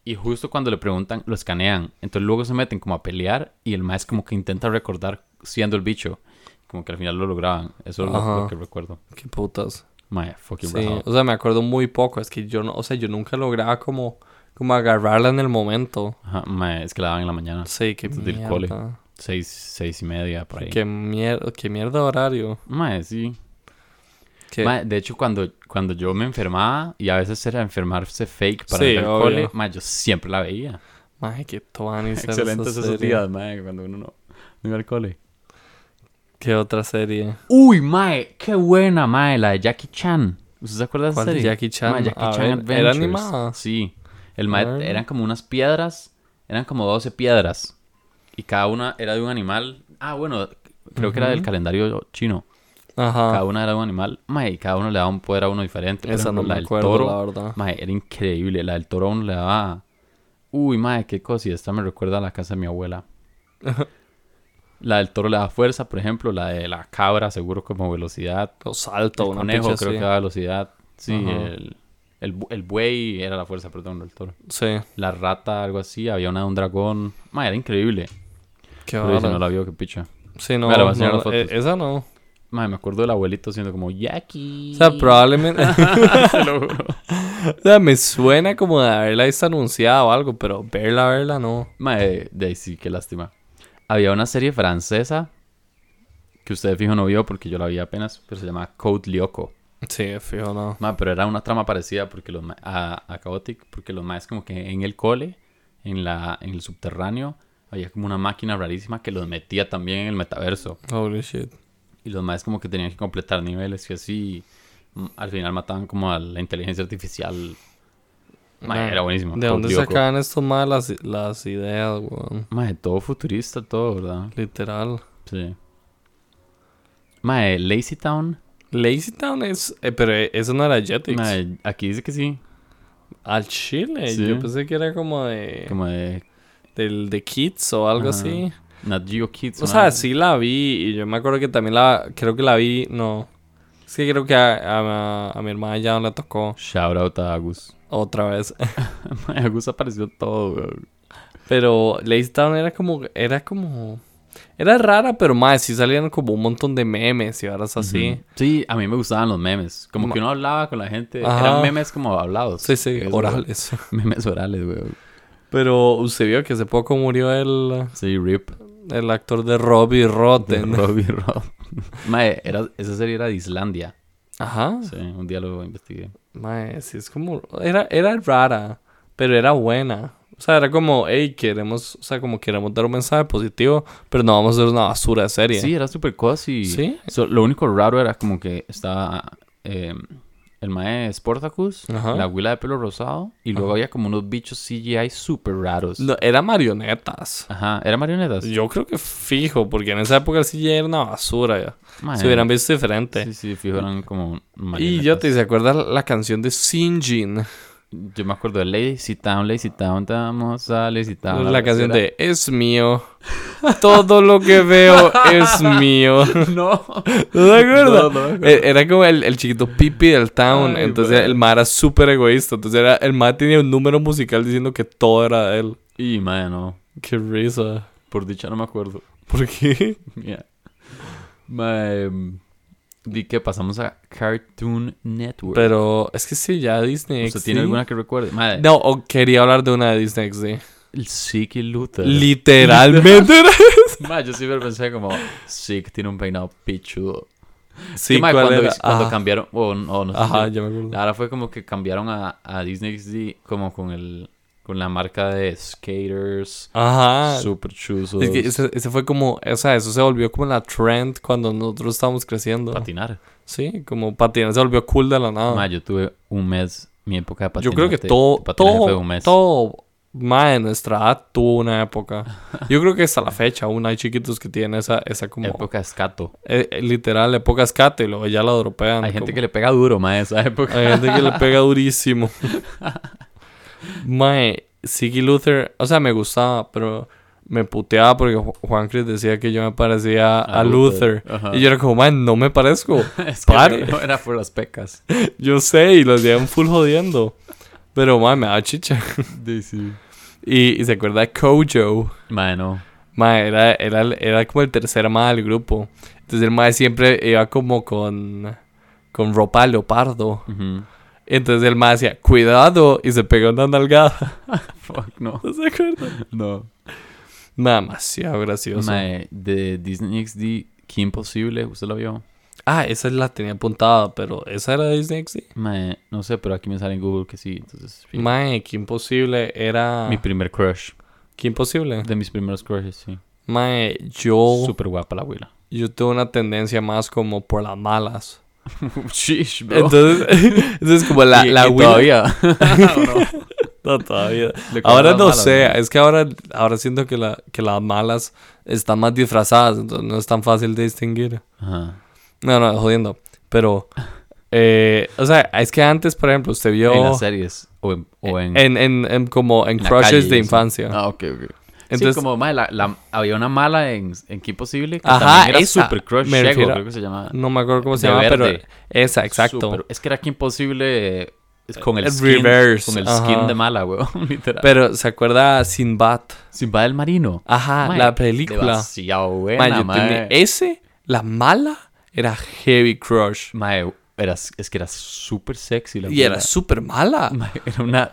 Y justo cuando le preguntan, lo escanean. Entonces luego se meten como a pelear y el maes como que intenta recordar siendo el bicho. Como que al final lo lograban. Eso es lo- Ajá. lo que recuerdo. Qué putas. Mae, fucking Sí, rajado. o sea, me acuerdo muy poco. Es que yo no, o sea, yo nunca lograba como, como agarrarla en el momento. Ajá, mae, es que la daban en la mañana. Sí, qué Antes del cole. mierda. Seis, seis y media, por ahí. Qué mierda, qué mierda de horario. Mae, sí. Qué- Mae, de hecho, cuando, cuando yo me enfermaba, y a veces era enfermarse fake para Sí, ir al obvio. cole, mae, yo siempre la veía. Mae, qué tuanis era Excelentes esa esos serie. días, mae, cuando uno no, no iba al cole. Qué otra serie. Uy, mae, qué buena, mae, la de Jackie Chan. ¿Usted se acuerda de esa ¿Cuál de serie? Jackie Chan? Mae, Jackie A Chan ver, ¿era Adventures. animada? Sí. El A ver. mae, eran como unas piedras, eran como 12 piedras. Y cada una era de un animal. Ah, bueno, creo que era del calendario chino. Ajá. Cada una era de un animal, mae, y cada uno le daba un poder a uno diferente. Por Ah. Esa no ejemplo, me la del acuerdo, toro, la verdad. mae, era increíble. La del toro a uno le daba. Uy, mae, qué cosa. Y esta me recuerda a la casa de mi abuela. la del toro le daba fuerza, por ejemplo. La de la cabra, seguro, como velocidad. O salto, El una conejo, picha creo así. que daba velocidad. Sí, Ajá. el, el, bu- el buey era la fuerza, perdón, no el toro. Sí, La rata, algo así. Había una de un dragón. Mae, era increíble. qué Pero si vara. no la vio, qué picha. Sí, no, Mira, le voy a enseñar no, las fotos. eh, esa no. Mae, me acuerdo del abuelito siendo como Jackie. O sea, probablemente... Te lo juro. o sea, me suena como de haberla visto anunciada o algo, pero verla, verla, no. Mae, de ahí sí, qué lástima. Había una serie francesa que usted fijo no vio porque yo la vi apenas, pero se llamaba Code Lyoko. Sí, fijo, no. Ma, pero era una trama parecida porque los ma- a, a Chaotic, porque los maes como que en el cole, en la en el subterráneo, había como una máquina rarísima que los metía también en el metaverso. Holy shit. Y los maes como que tenían que completar niveles y así mm, al final mataban como a la inteligencia artificial. Ma, Ma, era buenísimo. ¿De dónde Outlook. sacaban estos más las, las ideas, weón? Ma, de todo futurista, todo, ¿verdad? Literal. Sí. Ma, de Lazy Town. Lazy Town es. eh, pero eh, eso no era Jetix. ma, de- aquí dice que sí. Al Chile. Sí. Yo pensé que era como de. Como de Del de Kids o algo Ajá. así. Nat Geo Kids. O ma. sea, sí la vi. Y yo me acuerdo que también la. Creo que la vi. No. Es que creo que a, a- a mi hermana ya no la tocó Shout out a Agus. otra vez. Mae, Agus apareció todo, weón. Pero Lazy Town era como. Era como. Era rara, pero más. Sí salían como un montón de memes y varas así. Ujú. Sí, a mí me gustaban los memes. Como Ma- que uno hablaba con la gente. Ajá. Eran memes como hablados. Sí, sí, Eso, orales. weón. Memes orales, weón. Pero usted vio que hace poco murió el, Sí, Rip. el actor de Robbie De Rotten. Robbie Rob. Mae, era, esa serie era de Islandia. Ajá. Sí, un día lo investigué. Mae, sí, es como. Era, era rara, pero era buena. O sea, era como, hey, queremos, o sea, como queremos dar un mensaje positivo, pero no vamos a hacer una basura de serie. Sí, era súper cosy. eh. ¿Sí? So, lo único raro era como que estaba eh, el mae Sportacus, Ajá. la abuela de pelo rosado, y luego había como unos bichos CGI súper raros. No, era marionetas. Ajá, ¿era marionetas? Yo creo que fijo, porque en esa época el CGI era una basura ya. Mae, Se hubieran visto diferente. Ah, Sí, sí, fijo, eran como y marionetas. yo te ¿se acuerdas la canción de Sinjin? Yo me acuerdo de Lazy Town, Lazy Town, vamos a Lazy Town. la canción tercera. de Es mío. Todo lo que veo es mío. No. ¿No te acuerdas? No, no me acuerdo. E- Era como el, el chiquito Pipi del town. Ay, entonces man. el Mar era súper egoísta. Entonces era, el Mar tenía un número musical diciendo que todo era de él. Y, madre, no. Qué risa. Por dicha no me acuerdo. ¿Por qué? Mira. Mae, mm, Di que pasamos a Cartoon Network. Pero es que sí, ya Disney ¿Usted XD. tiene alguna que recuerde? Madre, No, o quería hablar de una de Disney XD. el Sick y Luther. Literalmente era- Mae, yo siempre pensé como, Sick tiene un peinado pichudo. Sí, Que, mae, ¿cuál cuando, era? cuando Ajá. cambiaron, oh, no, no sé si- Ajá, ya me acuerdo. Ahora fue como que cambiaron a, a Disney XD como con el con la marca de skaters, Ajá. super chuzos, Ah. Es que ese, ese fue como, o sea, eso se volvió como la trend cuando nosotros estábamos creciendo. patinar. Sí, como patinar se volvió cool de la nada. Ma, yo tuve un mes mi época de Ah. Yo patinaje. creo que todo, patinaje fue todo, un mes. todo, más en nuestra edad tuvo una época. Yo creo que hasta la fecha aún hay chiquitos que tienen esa, esa como, época de escato. eh, eh, literal, época escate y luego ya la dropean. Hay gente que le pega duro, ma, esa época. Hay gente que le pega durísimo. Mae, Siggy Luther, o sea, me gustaba, pero me puteaba porque Ju- Juan Cris decía que yo me parecía a, A Luther, Luther. ajá. Y yo era como, mae, no me parezco. Es que Pare. no era por las pecas. yo sé, y lo hacían full jodiendo. Pero, mae, me daba chicha. Sí, sí. Y, y se acuerda de Kojo. Ma, no. Mae, era, era, el- era como el tercer mae del grupo. Entonces el mae siempre iba como con, con ropa de leopardo. Ujú. Entonces el mae decía, cuidado, y se pegó una nalgada. Fuck, no. ¿No se acuerda? No. Mae, demasiado gracioso. Ma, de Disney XD, qué imposible, ¿usted lo vio? Ah, esa la tenía apuntada, pero esa era de Disney XD. Ma, no sé, pero aquí me sale en Google que sí, entonces... sí. Mae, qué imposible era. Mi primer crush. Qué imposible. De mis primeros crushes, sí. Mae, yo, Súper guapa la abuela. yo tuve una tendencia más como por las malas. Shish, Entonces, entonces como la, Y- la y Will- todavía. No, todavía. Le cobran Ahora no malas, sé, es que ahora, ahora siento que, la, que las malas están más disfrazadas, entonces no es tan fácil de distinguir. Ajá. No, no, jodiendo. Pero, eh, o sea, es que antes, por ejemplo, usted vio En en, las series. O en. o en- en, en como en en la crushes calle, de sí. infancia. Ah, ok, ok. Entonces, Entonces- como mae, la, la- había una mala en, en Kim Posible que Ajá, también era esa, Super Crush me Shego, refiero- creo que se llamaba. No me acuerdo cómo se De llama, pero verde. esa, exacto. Super- es que era Kim Posible eh, es con el, El skin, reverse, con el ajá. skin de mala, weón, literal. Pero se acuerda Sinbad. Simba del Marino. Ajá, Mae, Ah, la película. Demasiado Mae, buena, yo tenía mae. ese, la mala, era Heavy Crush. Mae, era- es que era súper sexy la Y era abuela. súper mala. Mae, Era una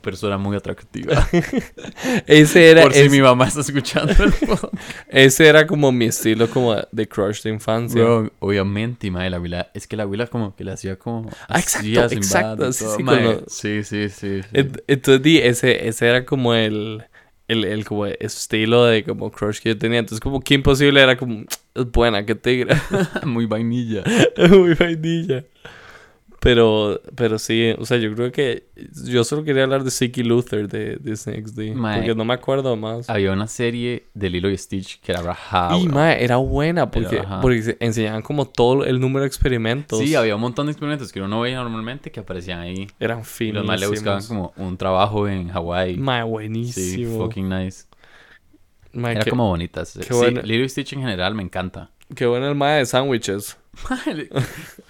persona muy atractiva. Ese era, Por si es- mi mamá está escuchando el podcast. ese era como mi estilo como de crush de infancia. Bro, obviamente, madre, la abuela... Es que la abuela como que le hacía como... Ah, exacto, así a Sinbad y exacto, sí, todo, sí, mae. cuando- sí, sí, sí, sí. Ent- Entonces, di, ese, ese era como el, el, el como estilo de como crush que yo tenía. Entonces, como que imposible era como, es buena, qué tigre. Muy vainilla. Muy vainilla. Pero, pero sí, o sea, yo creo que yo solo quería hablar de Siki Luther de Disney XD. Mae. Porque no me acuerdo más. Había una serie de Lilo y Stitch que era rajada. Ah, y, bro. mae, era buena porque, ajá. porque se- enseñaban como todo el número de experimentos. Sí, había un montón de experimentos que uno no veía normalmente que aparecían ahí. Y Eran los finísimos. más le buscaban como un trabajo en Hawái. Mae, Sí, buenísimo. fucking nice. Mae, Era qué, como bonitas. Sí, bueno. Lilo y Stitch en general me encanta. qué bueno el mae de sándwiches.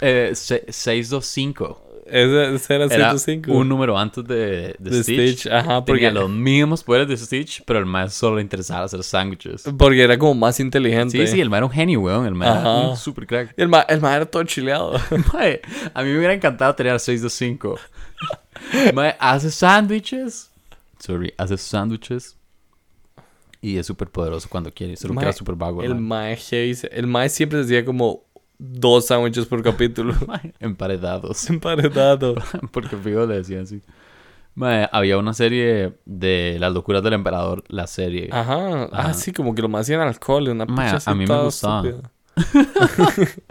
eh, se- 625. Ese, ese era Era 105. un número antes de, de De Stitch. Stitch, ajá, Tenía porque- los mismos poderes de Stitch, pero el más solo le interesaba hacer sándwiches. Porque era como más inteligente. Sí, sí, el man era un genio, weón. El man era Ajá. un super crack. Y el ma, el ma era todo chileado. Mae, a mí me hubiera encantado tener a 625. Mae, hace sándwiches. Sorry, hace sándwiches. Y es súper poderoso cuando quiere. Solo que Mae, era súper vago. el mae. ma es heavy. El ma siempre decía como dos sándwiches por capítulo. Mae, emparedados. Emparedado. Porque fijo le decían así. Mae, había una serie de Las locuras del emperador, la serie. Ajá. Ah, sí, como que lo más hacían alcohol. Una Ma, picha así a mí me toda gustaba. estúpida.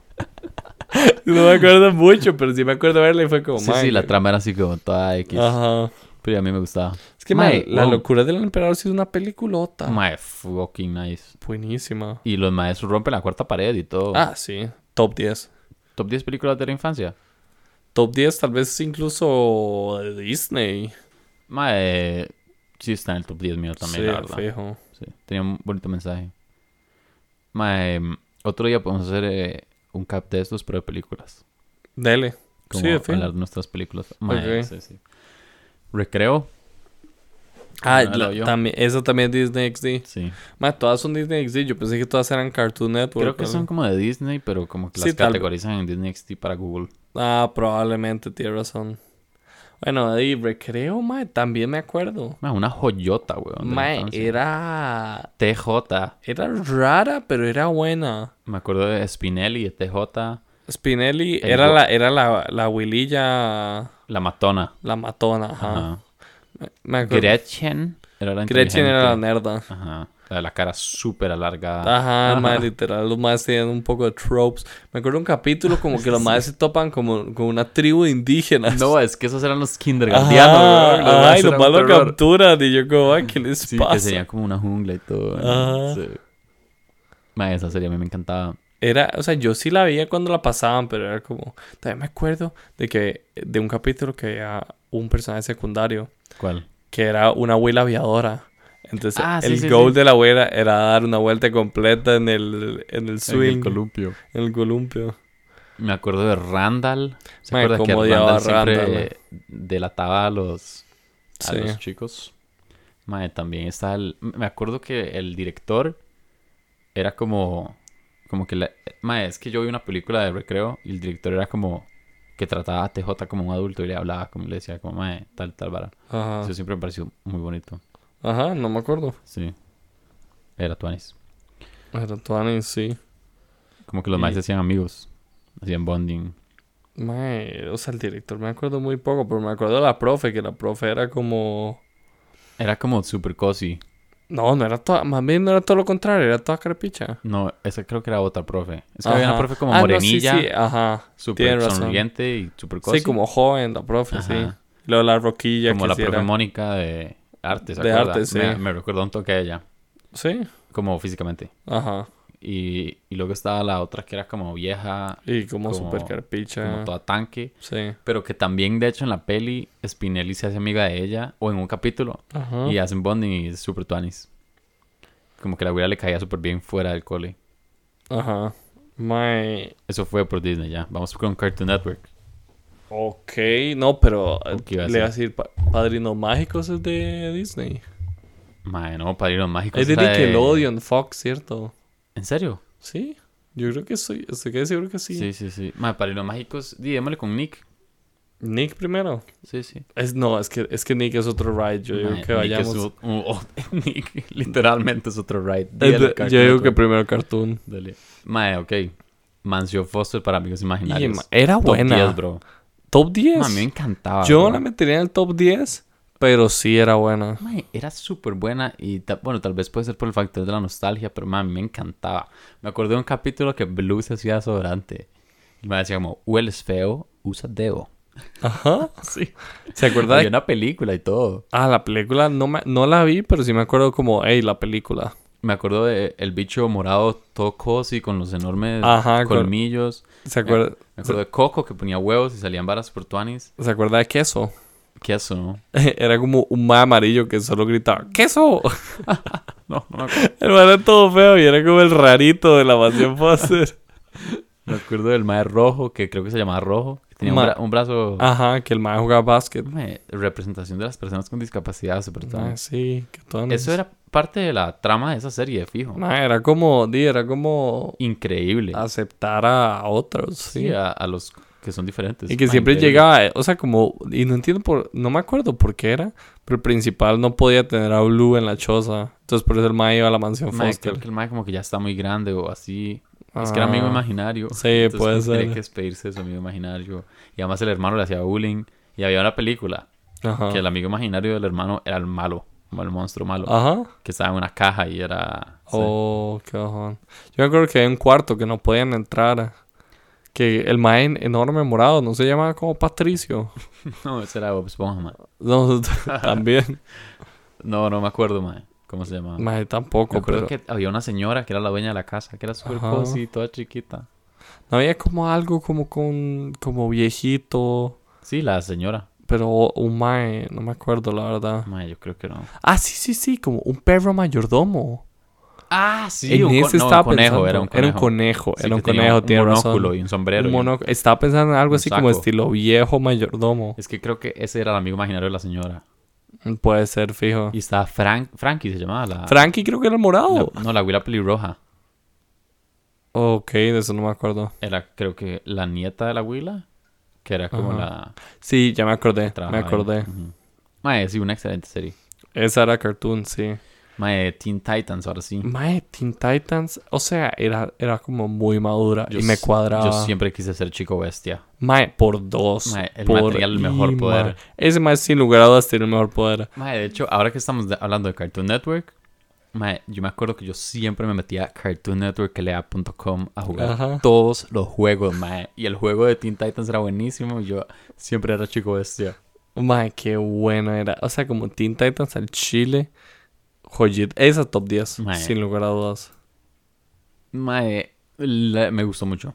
no me acuerdo mucho, pero sí me acuerdo verla y fue como, sí, ma, sí, la que- Ah. trama era así como toda X. Ajá. Pero a mí me gustaba. Es que, ma, Mae, la wow. locura del emperador sí es una peliculota. Mae, fucking nice. Buenísima. Y los maestros rompen la cuarta pared y todo. Ah, sí. Top 10. Top 10 películas de la infancia. Top 10 tal vez incluso de Disney. Mae, sí está en el top 10 mío también, Sí, la verdad. fijo. Sí, tenía un bonito mensaje. Mae, otro día podemos hacer eh, un cap de estos, pero de películas. Dele. Como sí, de fijo. hablar de nuestras películas. Mae, Ok. sí, sí. Recreo, Ah, Ah, la- lo yo. también, esa también es Disney XD. sí. Más, todas son Disney XD. Yo pensé que todas eran Cartoon Network. Creo que ¿no? son como de Disney, pero como que las Sí, tal- categorizan en Disney XD para Google. Ah, probablemente, tienes razón. Bueno, ahí recreo, mae, también me acuerdo. Mae, Ah, una joyota, weón. de la Mae, infancia. era. TJ. Era rara, pero era buena. Me acuerdo de Spinelli, de TJ, Spinelli El era go- la, era la, la abuelilla, La Matona. la matona, ajá. Ajá. Me Ah, acuerdo. Gretchen era la Gretchen era la Ah. inteligente. nerda. Ajá. La de la cara súper alargada. Ajá, mae, literal, los más tienen un poco de tropes. Me acuerdo un capítulo como que los más se topan como con una tribu de indígenas. No, es que esos eran los kindergartenos, Ajá, weón. ajá, y demás los eran más lo un terror. capturan y yo como, ay, ¿qué les Sí, que pasa? sería como una jungla y todo. ¿no? Ajá. Sí. Mae, esa serie a mí me encantaba. Era, o sea, yo sí la veía cuando la pasaban, pero era como, también me acuerdo de que, de un capítulo que había un personaje secundario ¿Cuál? que era una abuela aviadora. Entonces, Ah, sí, el sí, goal sí. de la abuela era dar una vuelta completa en el, en el swing, en el, columpio. columpio. Me acuerdo de Randall. ¿Se Mae, acuerda que cómo odiaba Randall a siempre Randall. delataba a los, a Sí. Ah, los chicos? Mae, también está el... Me acuerdo que el director era como... Como que la... Mae, es que yo vi una película de recreo y el director era como... Que trataba a TJ como un adulto y le hablaba, como le decía, como, mae, tal, tal, vara. Ajá, Eso siempre me pareció muy bonito. ajá, no me acuerdo. Sí. Era Tuanis. Era Tuanis, sí. Como que los Y- maestros hacían amigos. Hacían bonding. Mae, o sea, el director me acuerdo muy poco, pero me acuerdo de la profe, que la profe era como... Era como super cozy. No, no era toda, más bien no era todo lo contrario, era toda carpicha. No, esa creo que era otra profe. Es que había una Ajá. profe como Ah, no, sí, morenilla, sí, ajá. super tiene razón. sonriente y super cozy. Sí, como joven, la profe, sí. Ajá. Luego la roquilla Como que la sí profe era- Mónica de arte, ¿se De acuerda? arte, sí. Me, me recuerda un toque a ella, Sí, como físicamente. ajá. Y, y luego estaba la otra que era como vieja, Y como, Como- super carpicha. como toda tanque. Sí. Pero que también, de hecho, en la peli, Spinelli se hace amiga de ella, o en un capítulo, Ajá. Y hacen bonding y es super tuanis. Como que la abuela le caía súper bien fuera del cole. Ajá. Mae. Eso fue por Disney ya. Vamos con Cartoon Network. Ok, no, pero eh, ¿O qué iba a le iba a decir pa- Padrinos Mágicos es de Disney. Mae, no, Padrinos Mágicos. Es de es la Nickelodeon, Fox, ¿cierto? ¿En serio? Sí. Yo creo que soy, estoy casi seguro que sí. Sí, sí, sí. Mae, Padrinos Mágicos, di, démosle con Nick. Nick primero. Sí, sí. Es, no, es que, es que Nick es otro ride. Yo digo Mae, que Nick es vayamos. un- un- oh, Nick literalmente es otro ride. Eh, Dale, de- Cartoon yo digo que Network. primero Cartoon. Dale. Mae, ok. Mancio Foster para amigos Y, imaginarios. ma- era Top buena. 10, bro. Top 10. Mae, a mí me encantaba. yo bro. la metería en el top 10, pero sí era buena. Mae, era súper buena y ta- bueno, tal vez puede ser por el factor de la nostalgia, pero mae, a mí me encantaba. Me acordé de un capítulo que Blue se hacía desodorante. Y me decía como, hueles feo, usa Deo. Ajá. Sí. ¿Se acuerda? Había de- una película y todo. Ah, la película no, me- no la vi, pero sí me acuerdo como, hey, la película. Me acuerdo de el bicho morado todo cosi con los enormes Ajá, con- colmillos. ¿Se acuerda, Me acuerdo de Coco que ponía huevos y salían varas por tuanis. ¿se acuerda de queso? ¿Qué eso, no? Era como un más amarillo que solo gritaba, ¡queso! No, no me acuerdo. El man era todo feo y era como el rarito de la mansión Foster. Me acuerdo del mae rojo que creo que se llamaba Rojo. Que tenía un, Ma- Ah. bra- un brazo... Ajá, que el man jugaba básquet. Mae, representación de las personas con discapacidad súper Ah, sí, que todo Eso era parte de la trama de esa serie, fijo. Ma, era como, di, era como Increíble. aceptar a otros, Ah, sí. sí, a, a los que son diferentes. Y que Ma, siempre increíble. llegaba, eh, o sea, como, y no entiendo por, no me acuerdo por qué era, pero el principal no podía tener a Blue en la choza. Entonces por eso el ma iba a la mansión Ma, Foster. creo que el mae como que ya está muy grande o así. Es que era Ah, amigo imaginario. Sí, Entonces, puede como que ser. Tenía que despedirse de su amigo imaginario. Y además el hermano le hacía bullying. Y había una película Ajá. que el amigo imaginario del hermano era el malo. como El monstruo malo. Ajá. Que estaba en una caja y era... sí. Ah. Oh, qué bajón. Yo me acuerdo que había un cuarto que no podían entrar. Que el maen enorme morado, no se llamaba como Patricio. No, ese era Bob Esponja, ma. No, también. No, no me acuerdo, mae. ¿Cómo se llamaba? Mae, Me tampoco, acuerdo pero. que había una señora que era la dueña de la casa, que era súper Ajá. cozy, toda chiquita. No había como algo como con. como viejito. Sí, la señora. Pero un mae, no me acuerdo la verdad. Mae, yo creo que no. Ah, sí, sí, sí, como un perro mayordomo. Ah, sí, en un, ese co- no, un estaba conejo, pensando. era un conejo. Era un conejo, Sí, era un que tenía conejo, tiene un razón. monóculo y un sombrero. Un y un- mono- Estaba pensando en algo un así como saco. estilo viejo mayordomo. Es que creo que ese era el amigo imaginario de la señora. Puede ser, fijo. Y estaba Frank, Frankie se llamaba la... Frankie creo que era el morado. la- no, la abuela pelirroja. Ok, de eso no me acuerdo. Era, creo que, la nieta de la abuela, que era como Ajá. la... Sí, ya me acordé, me trabajaba ahí. acordé. Ujú. Mae, sí, una excelente serie. Esa era Cartoon, sí. Mae, Teen Titans, ahora sí. Mae, Teen Titans, o sea, era, era como muy madura Yo y me s- cuadraba. Yo siempre quise ser chico bestia. Mae, por dos. Mae, el por material, el mejor y, poder. mae. Ese mae sin lugar a dudas tiene el mejor poder. Mae, de hecho, ahora que estamos de- hablando de Cartoon Network, mae, yo me acuerdo que yo siempre me metía a cartoonnetworklea.com a jugar Ajá. todos los juegos, mae. Y el juego de Teen Titans era buenísimo y yo siempre era chico bestia. Mae, qué bueno era. O sea, como Teen Titans al Chile. Joyita. Esa top 10, Mae. sin lugar a dudas. Mae, la- me gustó mucho.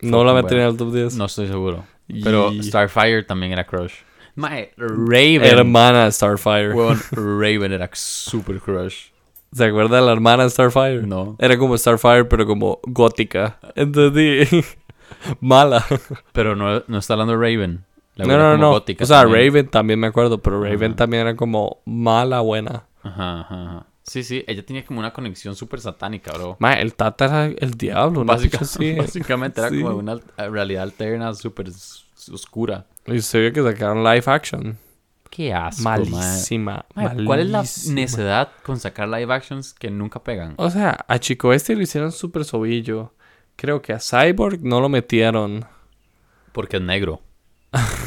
No la Fucking metería en el top 10. No estoy seguro. Pero Y- Starfire también era crush. Mae, Raven. Hermana de Starfire. Weón, Raven era super crush. ¿Se acuerda de la hermana de Starfire? No. Era como Starfire, pero como gótica. Entonces, di- mala. Pero no, no está hablando de Raven. La no, abuela no, como no. gótica O sea, también. Raven también me acuerdo, pero Raven también era como mala, buena. Ajá, ajá, ajá. Sí, sí, ella tenía como una conexión súper satánica, bro. Ma, el Tata era el diablo, ¿no? Básica- sí. Básicamente era Sí. como una al- realidad alterna súper s- oscura. Y se vio que sacaron live action. Qué asco, Malísima. mae. ¿Cuál es la malísima. necedad con sacar live actions que nunca pegan? O sea, a Chico Este lo hicieron súper sobillo. Creo que a Cyborg no lo metieron. Porque es negro.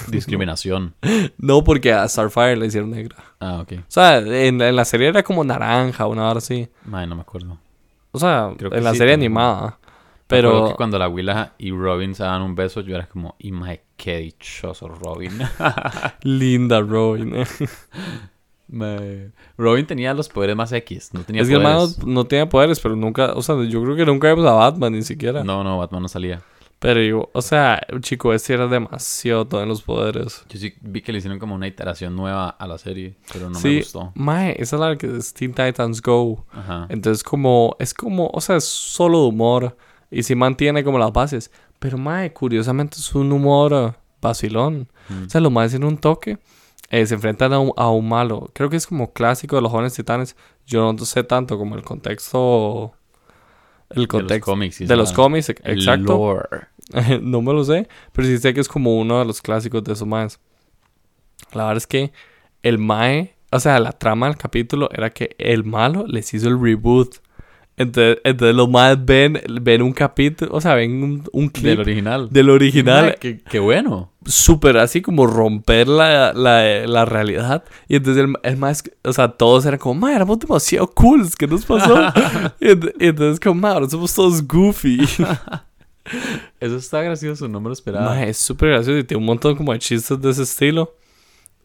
Discriminación. No, porque a Starfire le hicieron negra. Ah, ok. O sea, en, en la serie era como naranja, una hora así. Mae, no me acuerdo. O sea, Creo que en la sí, serie también. animada. Pero Pero, que cuando la Willa y Robin se daban un beso, yo era como, y mae, qué dichoso Robin. linda Robin. eh. Mae. Robin tenía los poderes más X, no tenía es que el poderes. man no, no tenía poderes, pero nunca... O sea, yo creo que nunca vimos a Batman ni siquiera. No, no, Batman no salía. Pero yo... O sea, el chico este era demasiado en los poderes. Yo sí vi que le hicieron como una iteración nueva a la serie, pero no sí, me gustó. Mae, esa es la que es Teen Titans Go. Ajá. Entonces como... Es como... O sea, es solo de humor. Y sí mantiene como las bases. Pero mae, curiosamente es un humor eh, vacilón. Mm. O sea, los maes en un toque eh, se enfrentan a un, a un malo. Creo que es como clásico de los jóvenes titanes. Yo no sé tanto como el contexto. El De los contexto. cómics. y De esa los vara. cómics, e- El exacto. lore. no me lo sé, pero sí sé que es como uno de los clásicos de esos maes. La verdad es que el mae, o sea, la trama del capítulo era que el malo les hizo el reboot. Entonces, entonces los maes ven, ven un capítulo, o sea, ven un, un clip Del original. del, original, Mae, Qué, qué bueno. súper así como romper la, la, la realidad. Y entonces el, el mae, es- o sea, todos eran como, mae, éramos demasiado cool, ¿qué nos pasó? y, ent- y entonces como, mae, ahora somos todos goofy. Eso está gracioso, no me lo esperaba. Mae, es súper gracioso y tiene un montón como de chistes de ese estilo.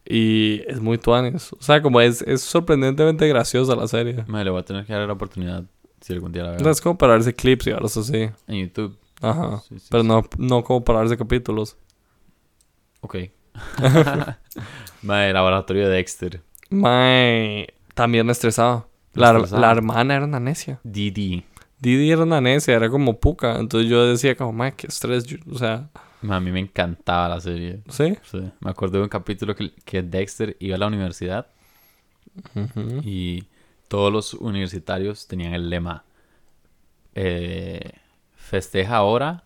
Y es muy tuanes. O sea, como es, es sorprendentemente graciosa la serie. Mae, le voy a tener que dar la oportunidad si algún día la veo. No es como para verse clips y ahora eso sí. En YouTube. Ajá. Sí, sí, Pero sí. no, no como para verse capítulos. Ok. Mae, laboratorio de Dexter. Mae, también estresado. La, Estresado. la hermana era una necia. DD. Didi era una necia, era como puca. Entonces yo decía como, mae, qué estrés. yo- o sea, Mae, A mí me encantaba la serie. sí. Sí, Me acuerdo de un capítulo que, que Dexter iba a la universidad Ujú. y todos los universitarios tenían el lema: eh, festeja ahora,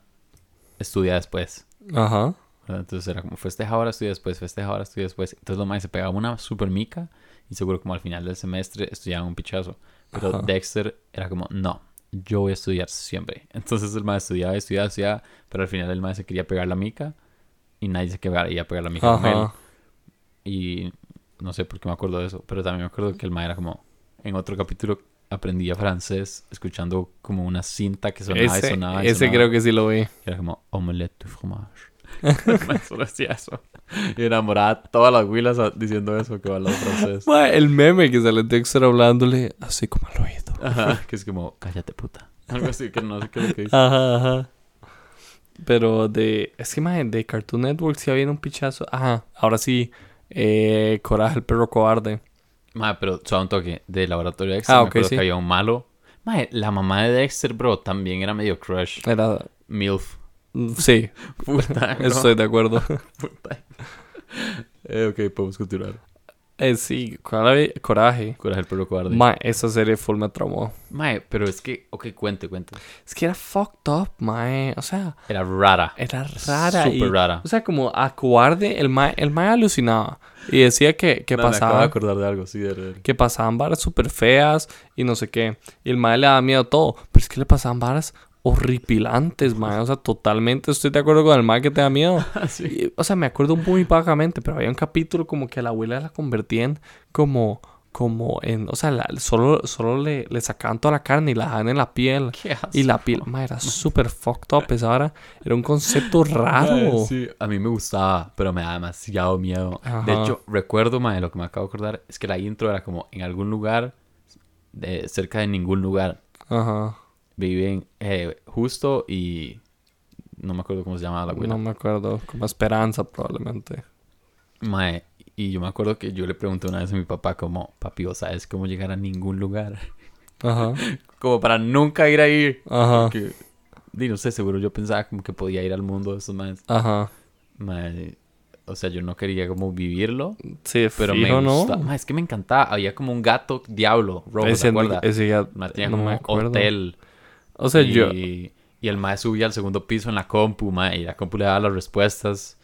estudia después. Ajá. ¿verdad? Entonces era como festeja ahora, estudia después, festeja ahora, estudia después. Entonces los maes se pegaban una super mica y seguro como al final del semestre estudiaban un pichazo. Pero Ajá. Dexter era como, no, yo voy a estudiar siempre. Entonces el maestro estudiaba, estudiaba, estudiaba, pero al final el maestro se quería pegar la mica y nadie se quería pegar la mica con él. Ajá. Y no sé por qué me acuerdo de eso, pero también me acuerdo que el maestro era como, en otro capítulo aprendía francés escuchando como una cinta que sonaba y Ese, sonaba. Y ese sonaba. creo que sí lo vi. Era como omelette de fromage. El maestro hacía eso. Y enamoraba a todas las huilas a- diciendo eso que hablaba francés. Mae, el meme que sale en Dexter hablándole así como al oído. Ajá, que es como, cállate puta. Algo así que no sé qué es lo que dice. Ajá, ajá. Pero de. Es que, mae, de Cartoon Network sí había un pichazo. Ajá, ahora sí. Eh, Coraje el perro cobarde. Mae, pero solo un toque de laboratorio de Dexter. Ah, me ok, acuerdo sí. que había un malo. Mae, la mamá de Dexter, bro, también era medio crush. Era. mm, MILF. Sí, Puta, ¿no? estoy de acuerdo. Puta. Eh, ok, podemos continuar. Eh, sí, Coraje. coraje. Coraje el perro cobarde. Mae, esa serie full me tramó. Mae, pero es que, ok, cuente, cuente. Es que era fucked up, mae. O sea, Era rara. era rara. Súper y- rara. O sea, como a cobarde, el mae, el mae alucinaba. Y decía que, que No, Me acabo pasaba. de acordar de algo, sí, de- de- que pasaban varas súper feas y no sé qué. Y el mae le daba miedo a todo. Pero es que le pasaban varas horripilantes, mae. O sea, totalmente estoy de acuerdo con el mae que te da miedo. Así. Y, o sea, me acuerdo muy vagamente, pero había un capítulo como que a la abuela la convertían como... Como en... O sea, la- solo, solo le, le sacaban toda la carne y la dejaban en la piel. ¿Qué asco. Y la piel, mae, era súper fucked up esa vara. Era un concepto Mae, raro. Eh, Sí, a mí me gustaba, pero me daba demasiado miedo. De Ajá. hecho, recuerdo, mae, lo que me acabo de acordar es que la intro era como en algún lugar, de- cerca de ningún lugar. Ajá. Viven eh, justo y. No me acuerdo cómo se llamaba la abuela. No me acuerdo. Como esperanza, probablemente. Mae, y yo me acuerdo que yo le pregunté una vez a mi papá, como, papi, ¿vos sabes cómo llegar a ningún lugar? Ajá. como para nunca ir ahí. Ajá. Porque, di, no sé, seguro yo pensaba como que podía ir al mundo de esos maes. Ajá. Mae, o sea, yo no quería como vivirlo. Sí, Pero fijo, me ¿no? gusta. Ma, es que me encantaba. Había como un gato diablo, rojo, ¿te Ese, acuerdas? ese ya Ma, tenía no como me un acuerdo. hotel. O sea, y, yo... y el mae subía al segundo piso en la compu, ma, y la compu le daba las respuestas.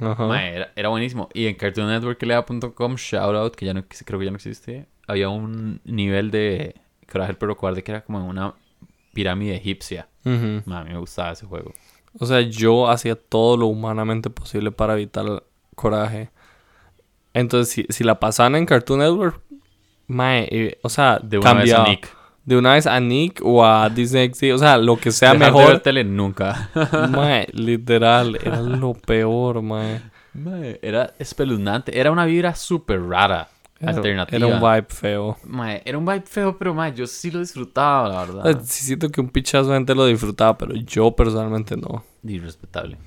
Ajá. Ma, era, era buenísimo. Y en Cartoon Network que le daba punto com, shout out, que ya no, que creo que ya no existe. Había un nivel de Coraje el Perro Cobarde que era como en una pirámide egipcia. Ujú. Ma, a mí me gustaba ese juego. O sea, yo hacía todo lo humanamente posible para evitar el coraje. Entonces, si, si la pasaban en Cartoon Network, mae, eh, o sea, De una cambiaba. vez a Nick. De una vez a Nick o a Disney XD, o sea, lo que sea Dejar de ver mejor. tele nunca. mae, literal, era lo peor, mae. Mae, era espeluznante. Era una vibra súper rara. Era- alternativa. Era un vibe feo. Mae, era un vibe feo, pero mae, yo sí lo disfrutaba, la O sea, verdad. sí siento que un pichazo de gente lo disfrutaba, pero yo personalmente no. Irrespetable.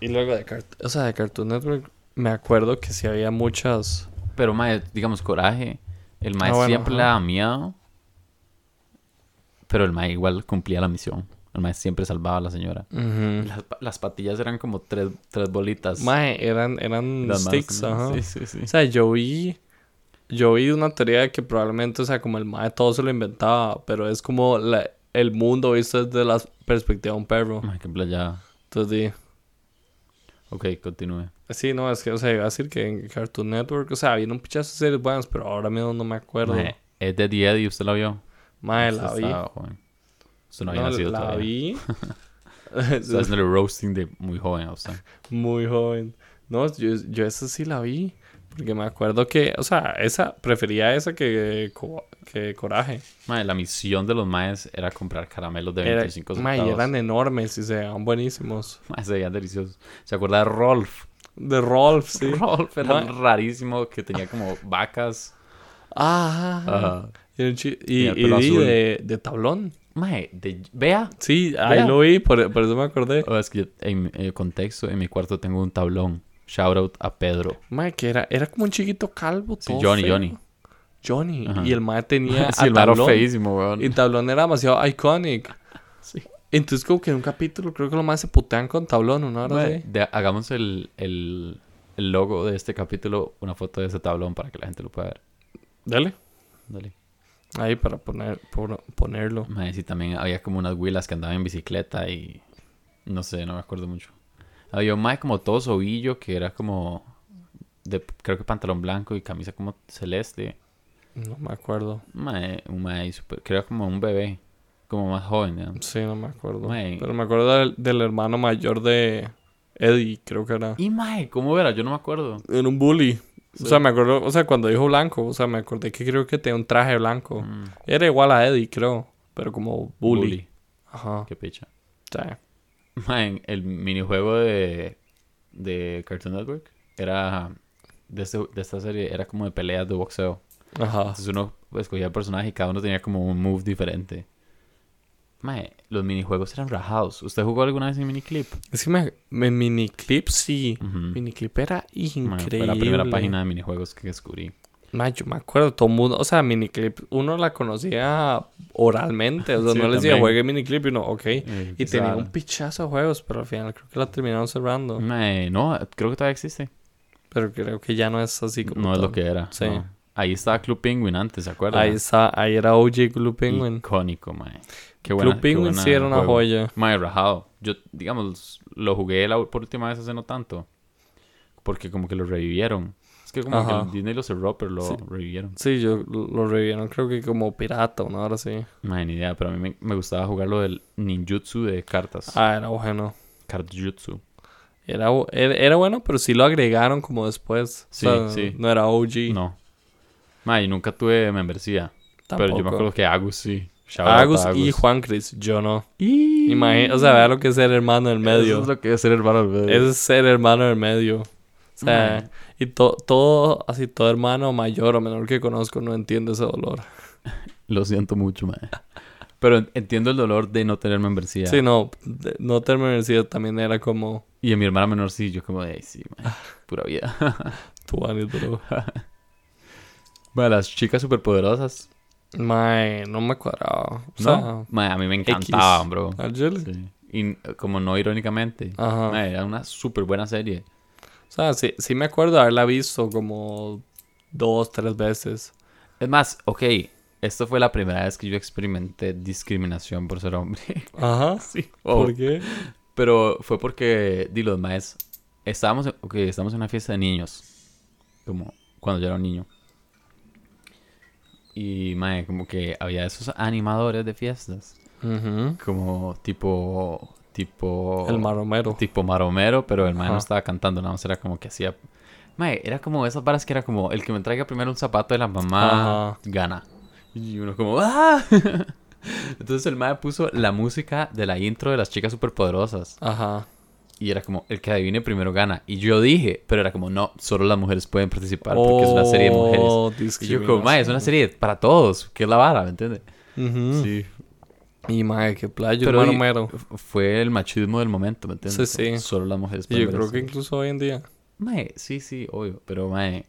Y luego de Cartoon... O sea, de Cartoon Network me acuerdo que sí había muchas... Pero mae, digamos, coraje. El mae Ah, bueno, siempre ajá. le daba miedo. Pero el mae igual cumplía la misión. El mae siempre salvaba a la señora. Las, pa- las patillas eran como tres, tres bolitas. Mm. Mae, eran, eran Las manos sticks, también. ajá. Sí, sí, sí. O sea, yo vi... Yo vi una teoría de que probablemente, o sea, como el mae todo se lo inventaba, pero es como la, el mundo visto desde la perspectiva de un perro. Mae, qué playada. Entonces, sí. Ok, continúe. Sí, no, es que, o sea, iba a decir que en Cartoon Network, o sea, había un pichazo de series buenas, pero ahora mismo no me acuerdo. Mae, es de The Eddie, ¿usted la vio? Mae, la Usted vi. estaba joven. Usted no había No, nacido la todavía. vi. Está haciendo el roasting de muy joven a usted. Muy joven. No, yo, yo esa sí la vi. Porque me acuerdo que, o sea, esa, prefería esa que, co- que Coraje. Mae, la misión de los maes era comprar caramelos de Era, 25 ma, y centavos. eran enormes y se veían buenísimos. Mae, se veían deliciosos. ¿Se acuerda de Rolf? De Rolf, sí. Rolf era Mae. un rarísimo que tenía como vacas. Ah, Ajá. y, era un chi- y- Tenía y pelo di azul. de, de tablón. Mae, de... vea. Sí, ahí Vea. lo vi, por, por eso me acordé. Oh, es que yo, en eh, contexto, en mi cuarto tengo un tablón. Shout out a Pedro. Ma, que era, era como un chiquito calvo. Sí, todo Johnny, feo. Johnny. Johnny. Ajá. Y el mae Oh, tenía. Sí, a el maro tablón. feísimo, weón. Y Tablón era demasiado iconic. Sí. Entonces, como que en un capítulo, creo que los más se putean con Tablón, ¿no? Ahora Mae, sí. de- hagamos el, el, el logo de este capítulo, una foto de ese tablón para que la gente lo pueda ver. Dale. Dale. Ahí para poner, por- ponerlo. Mae, sí, también había como unas huilas que andaban en bicicleta y no sé, no me acuerdo mucho. Había un mae como todo sobillo que era como de creo que pantalón blanco y camisa como celeste. No me acuerdo. Mae, un mae ahí super, creo como un bebé, como más joven, ¿no? Sí, no me acuerdo. Mae. Pero me acuerdo del, del hermano mayor de Eddie, creo que era. Y mae, ¿cómo era? Yo no me acuerdo. Era un bully. Sí. O sea, me acuerdo, o sea, cuando dijo blanco, o sea, me acordé que creo que tenía un traje blanco. Mm, Era igual a Eddie, creo, pero como bully. bully. Ajá. Qué picha. Sí. Mae, el minijuego de, de Cartoon Network era de, este- de esta serie, era como de peleas de boxeo. Ajá. Entonces uno escogía el personaje y cada uno tenía como un move diferente. Mae, los minijuegos eran rajados. ¿Usted jugó alguna vez en miniclip? Es que me, me miniclip, sí. Ujú. Miniclip era Mae, increíble. Mm. fue la primera página de minijuegos que descubrí. Ma, yo me acuerdo, todo el mundo, o sea, miniclip, uno la conocía oralmente, o sea, Sí, no le decía también. juegue miniclip y no, ok. Eh, Y esa tenía vara. un pichazo de juegos, pero al final creo que la terminaron cerrando. Mae, no, creo que todavía existe. Pero creo que ya no es así como. No es lo tal. que era. Sí. no. Ahí estaba Club Penguin antes, ¿se acuerda? Ahí, está, ahí era OG Blue Penguin. Icónico, mae. Qué buena, Blue qué Penguin buena sí era una juego. joya. Mae, rajado. Yo, digamos, lo jugué la, por última vez hace no tanto. Porque como que lo revivieron. Es que como Ajá. que el Disney lo cerró, pero lo Sí. revivieron. Sí, yo lo lo revivieron, creo que como pirata, una hora así. No ni idea, pero a mí me, me gustaba jugar lo del ninjutsu de cartas. Ah, era bueno. Kartjutsu. Era, bu- era, era bueno, pero sí lo agregaron como después. O Sí, sea, sí. No era OG. No. Mae, nunca tuve membresía. Pero yo me tampoco. acuerdo que Agus sí. Shout out a Agus y Juan Cris, yo no. Y- Imagina, o sea, vea lo que es ser hermano en medio. Eso es lo que es ser hermano del medio. Eso es ser hermano en medio. O sea, Mae. y to- todo, así, todo hermano mayor o menor que conozco no entiende ese dolor. Lo siento mucho, mae. Pero en- entiendo el dolor de no tener membresía. Sí, no, de- no terminar también era como Y a mi hermana menor sí, yo como de, "Ay, sí, mae, pura vida. tu bro. Mae, las chicas superpoderosas. Mae, no me cuadraba. O sea, No, mae, a mí me X. Ah, encantaban, bro. Angel. Sí. Y como no irónicamente. Ajá. Mae, era una súper buena serie. O sea, sí, sí me acuerdo haberla visto como dos, tres veces. Es más, ok, esto fue la primera vez que yo experimenté discriminación por ser hombre. Ajá. Sí. ¿Por qué? Pero fue porque, di los maes, estábamos en, ok, estábamos en una fiesta de niños. Como cuando yo era un niño. Y, mae, como que había esos animadores de fiestas. Ujú. Como tipo, tipo... El maromero. Tipo maromero, pero el mae no Ajá. estaba cantando, nada más era como que hacía... Mae, era como esas varas que era como, el que me traiga primero un zapato de la mamá, Ajá. gana. Y uno como, ¡ah! Entonces el mae puso la música de la intro de las chicas superpoderosas. Ajá. Y era como, el que adivine primero gana. Y yo dije, pero era como, no, solo las mujeres pueden participar porque es una serie de mujeres. Oh, Y yo como, mae, es una serie para todos, que es la vara, ¿me entiendes? Ujú. Sí. Y mae, qué playa, Pero el y- maromero. Fue el machismo del momento, ¿me entiendes? Sí, sí. Solo las mujeres Y pueden yo creo ver que eso. incluso hoy en día. Mae, sí, sí, obvio, pero mae.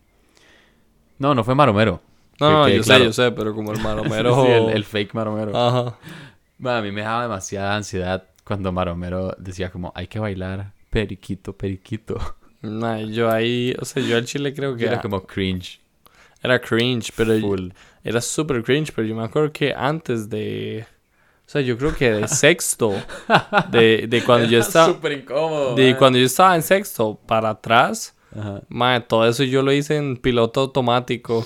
No, no fue Maromero. No, Que no, quede yo claro. sé, yo sé, pero Ah. como el maromero. Sí, el, el fake Maromero. Ajá. Mae, a mí me daba demasiada ansiedad cuando Maromero decía como, hay que bailar periquito, periquito. Nah, yo ahí, o sea, yo al chile creo que Que era era, como cringe. era cringe, pero Full. era súper cringe, pero yo me acuerdo que antes de O sea, yo creo que de sexto, de, de cuando yo estaba... Súper incómodo. De mae. cuando yo estaba en sexto para atrás, Ajá. mae, todo eso yo lo hice en piloto automático.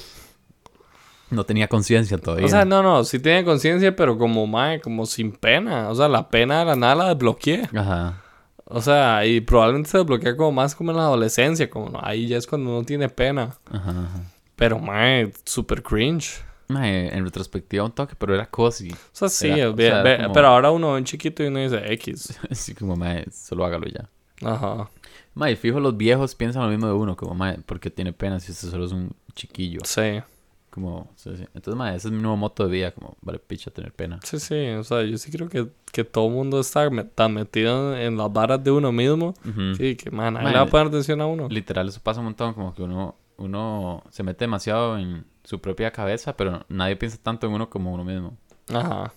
No tenía conciencia todavía. O sea, no, no, sí tenía conciencia, pero como, mae, como sin pena. O sea, la pena de la nada la desbloqueé. Ajá. O sea, y probablemente se desbloquea como más como en la adolescencia, como no, ahí ya es cuando no tiene pena. Ajá. ajá. Pero, mae, super cringe. Mae, en retrospectiva un toque, pero era cosy. O sea, sí, Era- o ve- sea, ve- como- pero ahora uno ve un chiquito y uno dice X. Así como, mae, solo hágalo ya. Ajá. Mae, fijo, los viejos piensan lo mismo de uno, como, mae, porque tiene pena si usted solo es un chiquillo. Sí, Como, sí, sí. Entonces, mae, ese es mi nuevo moto de vida, como, vale, picha tener pena. sí, sí. O sea, yo sí creo que, que todo el mundo está me- tan metido en, en las varas de uno mismo. Ujú. Sí, que, man, ahí Man, le va a poner atención a uno. Literal, eso pasa un montón, como que uno, uno se mete demasiado en su propia cabeza, pero nadie piensa tanto en uno como uno mismo. Ajá.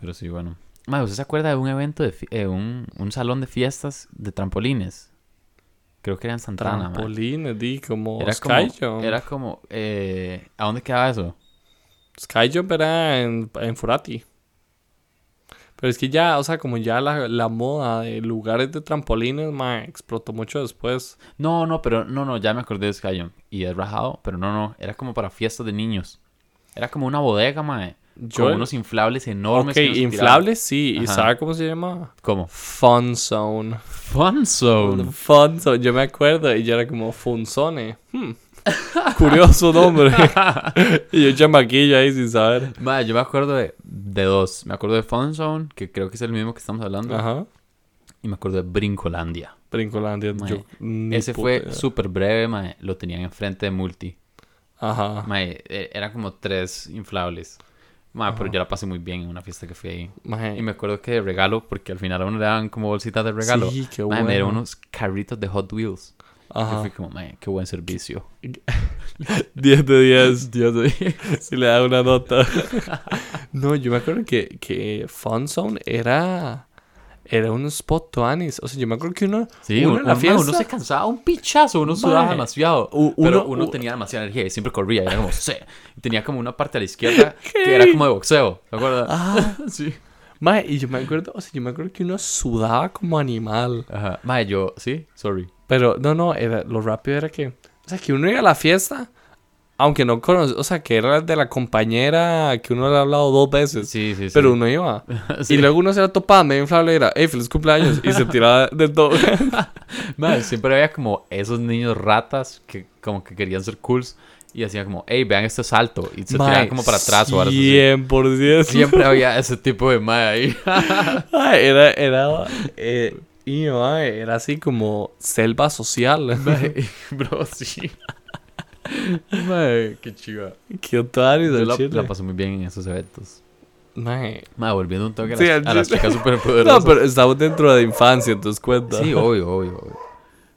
Pero sí, bueno. Mae, ¿usted se acuerda de un evento, de fi- eh, un, un salón de fiestas de trampolines? Creo que era en Santana, mae. Trampolines, di, como Era como, Skyjump. era como, eh, ¿a dónde quedaba eso? Skyjump era en, en Furati. Pero es que ya, o sea, como ya la, la moda de lugares de trampolines, man, explotó mucho después. No, no, pero no, no, ya me acordé de Skyrim y es rajado, pero no, no, era como para fiestas de niños. Era como una bodega, mae. Yo- Con unos inflables Ok, enormes. que uno se inflables, sí. ¿Y Ajá. sabe cómo se llama? tiraba. ¿Cómo? Fun Zone. Fun Zone. Fun Zone, yo me acuerdo. Y yo era como Funzone. Hmm. Curioso nombre. y yo chamaquillo ahí sin saber. Mae, yo me acuerdo de, de dos. Me acuerdo de Fun Zone, que creo que es el mismo que estamos hablando, Ajá. y me acuerdo de Brincolandia. Brincolandia. Mae, Yo, ni Ese puta fue idea. súper breve, mae. Lo tenían enfrente de Multi. Ajá. Mae, e- eran como tres inflables. Mae, pero yo la pasé muy bien en una fiesta que fui ahí. Mae, Y me acuerdo que de regalo, porque al final a uno le daban como bolsitas de regalo. Sí, qué Mae, me dieron bueno. unos carritos de Hot Wheels. Yo Ajá. fui como, mae, qué buen servicio. 10 de 10. 10 de 10. Y le da una nota. no, yo me acuerdo que, que Fun Zone era. Era un spot to anis. O sea, yo me acuerdo que uno. Sí, uno uno, en la uno- mae, fiesta. uno se cansaba un pichazo, uno sudaba Mae. demasiado. U- pero uno- uno u- tenía demasiada energía y siempre corría. y era como, "Sí". Y Tenía como una parte a la izquierda que era como de boxeo. ¿Te acuerdas? Ah. sí. Mae, y yo me acuerdo. O sea, yo me acuerdo que uno sudaba como animal. Ajá. Mae, yo, sí, sorry. Pero no, no, era, lo rápido era que. O sea, que uno iba a la fiesta, aunque no conocía. O sea, que era de la compañera que uno le ha hablado dos veces. Sí, sí, sí. Pero uno iba. Sí. Y luego uno se la topaba medio inflable y era, hey, feliz cumpleaños. Y se tiraba del todo. Mae, siempre había como esos niños ratas que como que querían ser cools y hacían como, hey, vean este salto. Y se tiraban como para atrás o algo así. 100%. Siempre había ese tipo de mae ahí. Ay, era, era, eh, y, ay, era así como selva social. Mae, Bro, sí. Mae, qué chiva. Qué otario Yo del la, chile. la pasé muy bien en esos eventos. Mae. Mae, volviendo un toque a las, Sí, a al las chile. chicas No, superpoderosas. pero estamos dentro de infancia, entonces cuenta. Sí, obvio, obvio, obvio.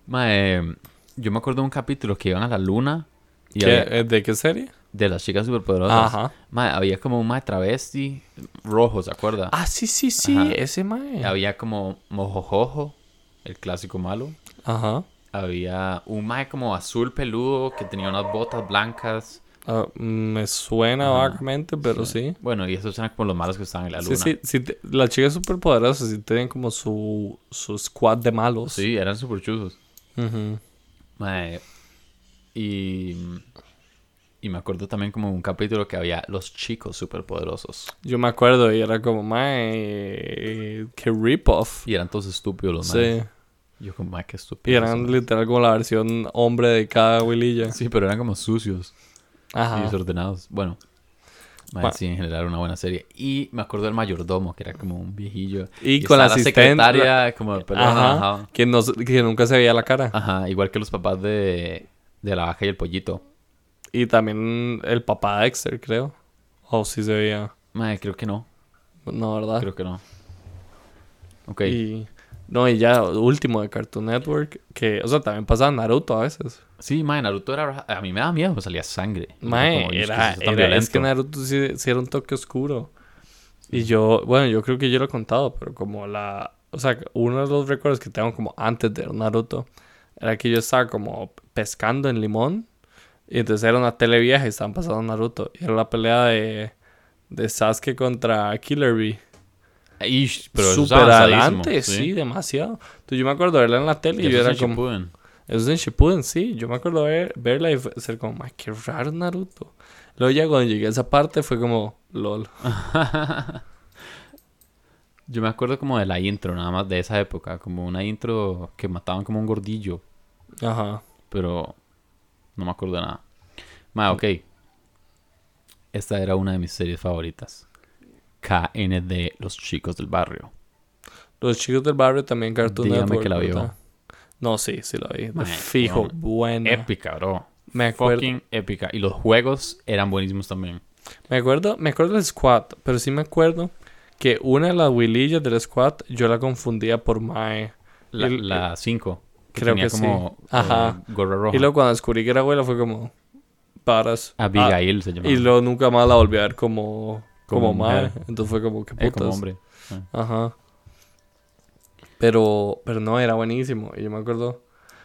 Mae, yo me acuerdo de un capítulo que iban a la luna y ¿Qué- había- eh, ¿De qué serie? de las chicas superpoderosas. Ajá. Mae, había como un mae travesti rojo, ¿se acuerda? Ah, sí, sí, sí, Ajá. ese mae. Había como mojojojo, el clásico malo. Ajá. Había un mae como azul peludo que tenía unas botas blancas. Ah, me suena Ajá. vagamente, pero sí. Bueno, y esos eran como los malos que estaban en la Sí, luna. sí, sí, te- las chicas superpoderosas sí tenían como su, su squad de malos. Sí, eran súper chuzos. Ujú. Mae, Y, y me acuerdo también como un capítulo que había los chicos superpoderosos. Yo me acuerdo y era como, mae, qué rip-off. Y eran todos estúpidos los maes. Sí. Yo como, mae, qué Y estúpidos. eran literal como la versión hombre de cada huililla. Sí, pero eran como sucios y Ajá. desordenados. Bueno, mae, Ma- sí, en general era una buena serie. Y me acuerdo del mayordomo, que era como un viejillo. Y con la estaba asistente- secretaria, como de pelo Ajá, anaranjado. Que, no, se- que nunca se veía la cara. Ajá, igual que los papás de, de la vaca y el pollito. Y también el papá de Dexter, creo. O sí se veía. Mae, creo que no. No, ¿verdad? Creo que no. Ok. Ah. Y, no, y ya, último de Cartoon Network. Que, o sea, también pasaba Naruto a veces. Sí, mae, Naruto era... A mí me daba miedo, me salía sangre. Mae, Como, "Dios, ¿qué era, es eso tan era- es que violento?" Naruto sí, sí era un toque oscuro. Y yo, bueno, yo creo que yo lo he contado, pero como la... O sea, uno de los recuerdos que tengo como antes de ver Naruto era que yo estaba como pescando en Limón. Y entonces era una tele vieja y estaban pasando Naruto. Y era la pelea de, de Sasuke contra Killer Bee. Ish, pero eso es Súper avanzadísimo, adelante, sí. demasiado. Entonces, yo me acuerdo verla en la tele Que y yo eso era es en como. Shippuden. Eso es en Shippuden, sí. Yo me acuerdo ver, verla y fue- ser como, "Ma, qué raro Naruto. Luego ya cuando llegué a esa parte fue como, lol. Yo me acuerdo como de la intro, nada más de esa época. Como una intro que mataban como un gordillo. Ajá. Pero no me acuerdo de nada. Ma, ok. Esta era una de mis series favoritas. KND, Los Chicos del Barrio. Los chicos del barrio también Cartoon Dígame Network, que la vio. ¿verdad? No, sí, sí la vi. De Ma, fijo, weón. buena. Épica, bro. Me acuerdo. Fucking épica. Y los juegos eran buenísimos también. Me acuerdo, me acuerdo del squad, pero sí me acuerdo que una de las huilillas del squad yo la confundía por Mae. La- El- La 5. creo tenía que sí. como eh, Ajá. gorra roja. Y luego cuando descubrí que era abuela fue como, paras. Ah, Abigail se llamaba. y luego nunca más la volví a ver como, como, Como Mae. mujer. Entonces fue como, qué Eh, putas. como hombre. Ajá. Pero, pero no, era buenísimo. Y yo me acuerdo,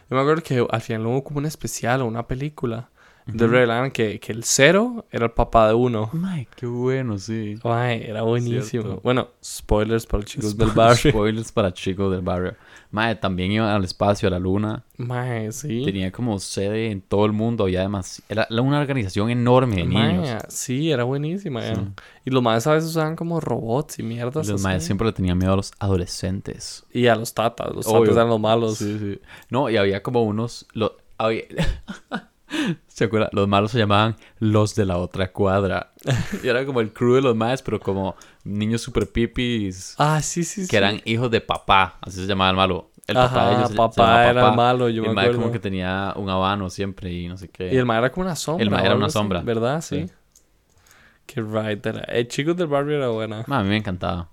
yo me acuerdo que al final hubo como un especial o una película. Entonces revelaban que, que el cero era el papá de uno. Mae, qué bueno, sí. Ay, era buenísimo. Cierto. Bueno, spoilers para los chicos del Spo- barrio. Spoilers para chicos del barrio. Mae, también iban al espacio, a la luna. Mae, sí. Tenía como sede en todo el mundo. Había además. Era la- una organización enorme de niños. Mae, sí, era buenísima. Sí. era. Y los maes a veces usaban como robots y mierdas. Los así. maes siempre le tenían miedo a los adolescentes. Y a los tatas. Los Obvio. tatas eran los malos. Sí, sí. No, y había como unos. lo- había- ¿Se acuerdan? Los malos se llamaban los de la otra cuadra. Y era como el crew de los maes, pero como niños super pipis Ah, sí, sí, sí. que eran hijos de papá. Así se llamaba el malo. El papá Ajá, de ellos se- se papá llamaba era el malo, Y yo me el mae como acuerdo. que tenía un habano siempre y no sé qué. Y el mae era como una sombra. El mae o era algo una así, sombra. ¿Verdad? Sí. Sí. Qué right. Era. El chico del barrio era buena. Ma, a mí me encantaba.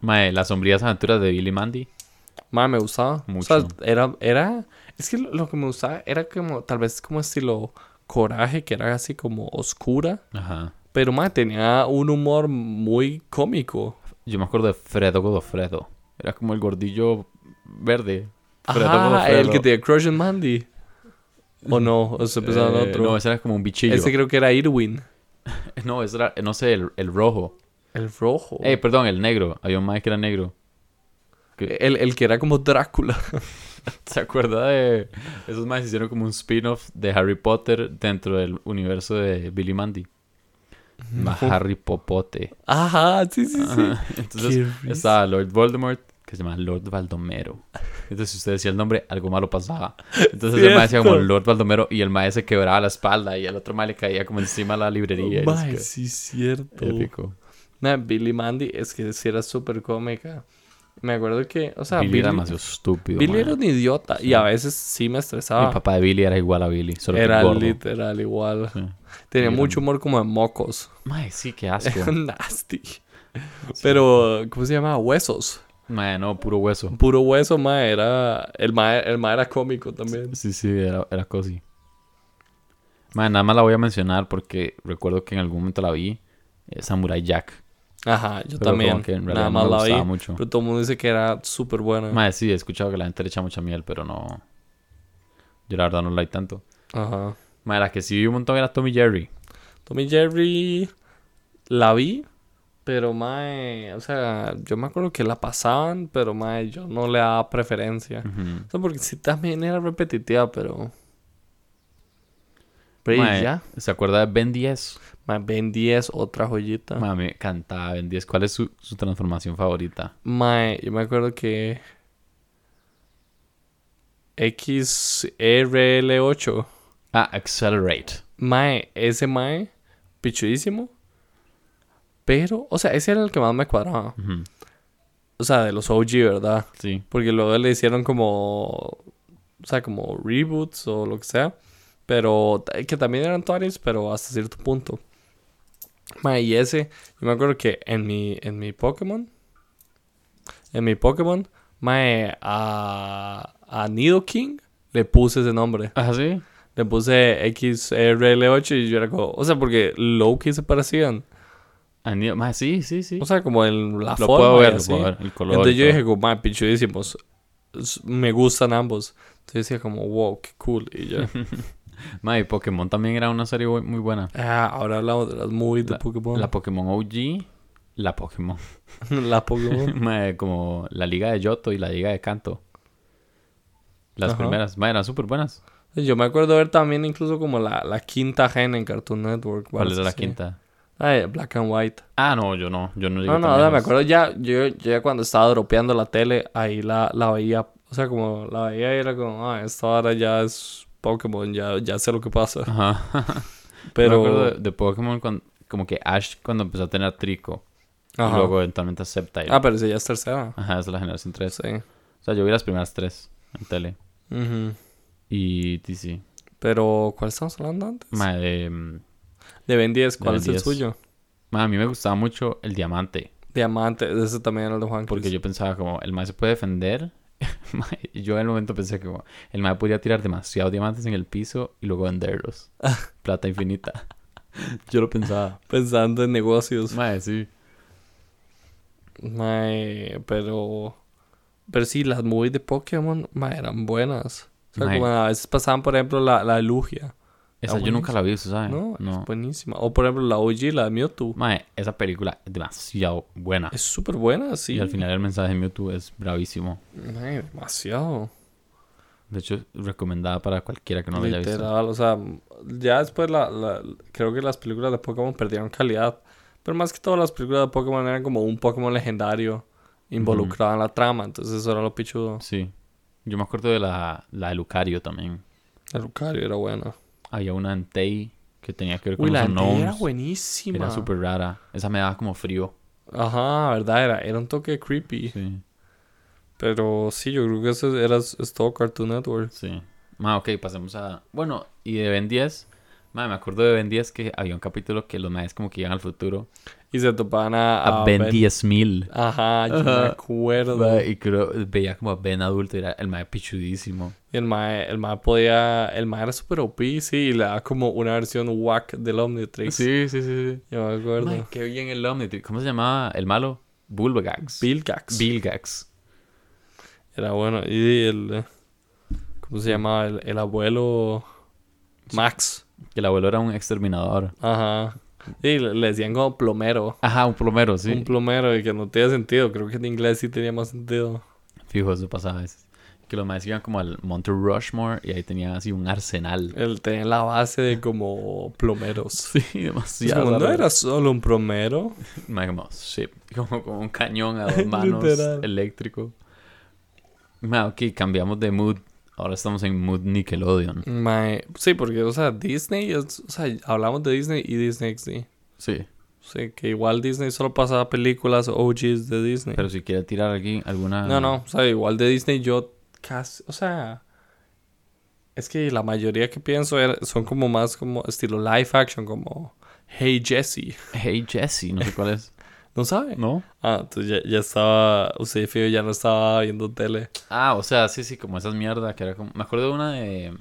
Mae, las sombrías aventuras de Billy Mandy. Mae, me gustaba. O sea, Mucho. era, era... Es que lo lo que me gustaba era como... Tal vez como estilo coraje, que era así como oscura. Ajá. Pero más tenía un humor muy cómico. Yo me acuerdo de Fredo Godofredo. Era como el gordillo verde. Fredo Ajá, Godofredo. el que tenía Crush en Mandy. O no, o se empezaba en Eh, otro. No, ese era como un bichillo. Ese creo que era Irwin. No, ese era, no sé, el, el rojo. El rojo. Eh, perdón, el negro. Había un maestro que era negro. el, el que era como Drácula. ¿Se acuerda de...? Esos maestros hicieron como un spin-off de Harry Potter dentro del universo de Billy Mandy. Ma Harry Popote. Ajá, sí, sí, sí. Ajá. Entonces Qué risa. estaba Lord Voldemort, que se llama Lord Baldomero. Entonces, si usted decía el nombre, algo malo pasaba. Entonces el mae decía como Cierto. Lord Baldomero y el mae se quebraba la espalda y el otro mae le caía como encima la librería. y no sé Oh, Mae, qué. sí, cierto. Épico. Nah, Billy Mandy es que sí era súper cómica. Me acuerdo que, o sea, Billy, Billy, era demasiado estúpido. Billy mae. era un idiota y a veces sí me estresaba. El papá de Billy era igual a Billy, solo que era gordo. literal igual. Sí. Tenía Billy mucho humor como de mocos. Mae, sí, qué asco. Era nasty. Pero, ¿cómo se llama? Huesos. mae, no, puro hueso. Puro hueso, ma, era... El ma, el ma era cómico también. Sí, sí, era, era cosi. Mae, nada más la voy a mencionar porque recuerdo que en algún momento la vi. eh, Samurai Jack. Ajá, yo Pero también. como que en realidad Nada no más me la gustaba vi. mucho. Pero todo el mundo dice que era súper buena. Mae, sí, he escuchado que la gente le echa mucha miel, pero no. Yo la verdad no la hay tanto. Ajá. Mae, la que sí vi un montón era Tommy Jerry. Tommy Jerry... La vi. Pero, mae... O sea, yo me acuerdo que la pasaban. Pero, mae, yo no le daba preferencia. O sea, porque sí también era repetitiva, pero... Pero y Mae, ya. ¿Se acuerda de Ben 10? Mae, Ben 10, otra joyita. Mae, me encantaba Ben 10. ¿Cuál es su, su transformación favorita? Mae, yo me acuerdo que. XRL8. Ah, Accelerate. Mae, ese Mae, pichudísimo. Pero, o sea, ese era el que más me cuadraba. Ujú, O sea, de los OG, ¿verdad? Sí. Porque luego le hicieron como. O sea, como reboots o lo que sea. Pero ta- que también eran Tories, pero hasta cierto punto. Mae, y ese, yo me acuerdo que en mi, en mi Pokémon. En mi Pokémon, Mae, a, a Nidoking le puse ese nombre. ¿Ah, sí? Le puse XRL8 y yo era como. O sea, porque Loki se parecían. Ah, ni- Mae, sí, sí, sí. O sea, como en la lo forma. puedo y ver, lo así. puedo ver. El color. Entonces y yo todo. dije, como, "Ma, pichudísimos. S- Me gustan ambos. Entonces decía como, wow, qué cool. Y ya. Mae, Pokémon también era una serie bu- muy buena. Ah, ahora hablamos de las movies de Pokémon. La La, Pokémon OG, la Pokémon. Pokémon. Mae, como la Liga de Yoto y la Liga de Kanto. Las Ajá. primeras, mae, eran súper buenas. Yo me acuerdo ver también incluso como la, la quinta gen en Cartoon Network. ¿Cuál varas era la así. quinta? Ay, Black and White. Ah, no, yo no. Yo no llegué No, tan no, ahora me lejos. acuerdo ya, yo, yo ya cuando estaba dropeando la tele, ahí la, la veía, o sea, como la veía y era como, ah, esta ahora ya es Pokémon, ya, ya sé lo que pasa. Ajá. Pero... Pero, acuerdo de, de Pokémon cuando- como que Ash cuando empezó a tener a Trico. ajá. Y luego eventualmente a Sceptile. Ah, pero esa ya es tercera. Ajá, esa es la generación 3. Sí. O sea, yo vi las primeras tres en tele. Ujú. Y TC. Pero, ¿cuál estamos hablando antes? Mae, de, mm, de Ben de 10, ¿cuál Ben es 10. el suyo? mae, a mí me gustaba mucho el diamante. Diamante, ese también era el de Juan. Porque yo pensaba como, el mae se puede defender. Mae, y yo en el momento pensé que como, el mae podía tirar demasiados diamantes en el piso y luego venderlos. Plata infinita. yo lo pensaba. Pensando en negocios. Mae, sí. Mae, eh, pero. Pero sí, las movies de Pokémon mae, eran buenas. O sea, Mae. como a veces pasaban, por ejemplo, la, la de Lugia. Esa yo Ah, buenísimo. nunca la vi, ¿usted sabe? ¿no? Es buenísima. O, por ejemplo, la OG, la de Mewtwo. Mae, esa película es demasiado buena. Es súper buena, sí. Y al final el mensaje de Mewtwo es bravísimo. Mae, demasiado. De hecho, recomendada para cualquiera que no la haya visto. Literal, o sea, ya después la, la- creo que las películas de Pokémon perdieron calidad. Pero más que todo, las películas de Pokémon eran como un Pokémon legendario involucrado en la trama. Entonces, eso era lo pichudo. Sí. Yo me acuerdo de la, la de Lucario también. El Lucario era bueno. Había una en Tei que tenía que ver con Uy, los la Entei era unknowns. buenísima. Era súper rara. Esa me daba como frío. Ajá, verdad, era, era un toque creepy. Sí. Pero sí, yo creo que eso era es todo Cartoon Network. Sí. Ma, ok, pasemos a... Bueno, y de Ben 10. Ma, me acuerdo de Ben 10 que había un capítulo que los maes como que iban al futuro. Y se topaban a, A, Ben 10.000. Ajá, yo me Ajá. acuerdo. Ma, Y creo, veía como a Ben adulto y era el mae pichudísimo. Y el mae, el mae podía. El mae era super OP, sí, y le da como una versión whack del Omnitrix. Sí, sí, sí. sí. Yo me acuerdo. Ma, qué bien el Omnitrix. ¿Cómo se llamaba el malo? Bulbagax. Vilgax. Bilgax. Era bueno. Y el. eh, ¿Cómo se llamaba? El, el abuelo. Max. Que el abuelo era un exterminador. Ajá. Y le, le decían como plomero. Ajá, un plomero, sí. Un plomero, y que no tenía sentido. Creo que en inglés sí tenía más sentido. Fijo, eso pasaba a veces. Que los maes iban como al Monte Rushmore y ahí tenía así un arsenal. El tener la base de como plomeros. Sí, Es demasiado. como, no raro. era solo un plomero. Mae, como, sí, como, como un cañón a dos manos Literal. eléctrico. Mae, ok, cambiamos de mood. Ahora estamos en mood Nickelodeon. Mae, sí, porque, o sea, Disney, es- o sea, hablamos de Disney y Disney XD. Sí. Sí, que igual Disney solo pasaba películas OGs de Disney. Pero si quiere tirar aquí alguna... no, no, o sea, igual de Disney yo casi, o sea, es que la mayoría que pienso era- son como más como estilo live action, como Hey Jesse, Hey Jesse, no sé cuál es. ¿no sabe? ¿No? Ah, entonces ya, ya estaba, usted fijo, ya no estaba viendo tele. Ah, o sea, sí, sí, como esas mierdas que era como... Me acuerdo de una de...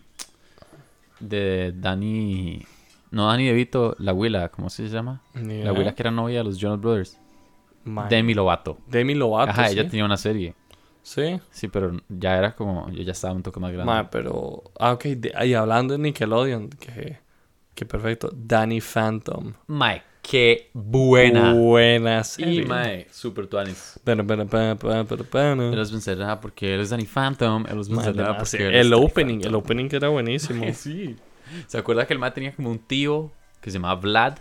De Dani... No, Dani DeVito, la abuela, ¿cómo se llama? Ni La idea. abuela que era novia de los Jonas Brothers. Mae. Demi Lovato. Demi Lovato, Ajá, sí. ella tenía una serie. Sí. Sí, pero ya era como... Yo ya estaba un toque más grande. Ma, pero. Ah, ok. de- y hablando de Nickelodeon, que, que perfecto. Danny Phantom. Mae, qué buena. Buena y serie. mae, super tuanis. Pero, pero, pero, pero, pero, pero. Él los vencerá porque él es Danny Phantom. Él los Ma, vencerá demasiado. porque él es el Danny opening, el opening que era buenísimo. Phantom. Sí. ¿Se acuerda que el mae tenía como un tío que se llamaba Vlad?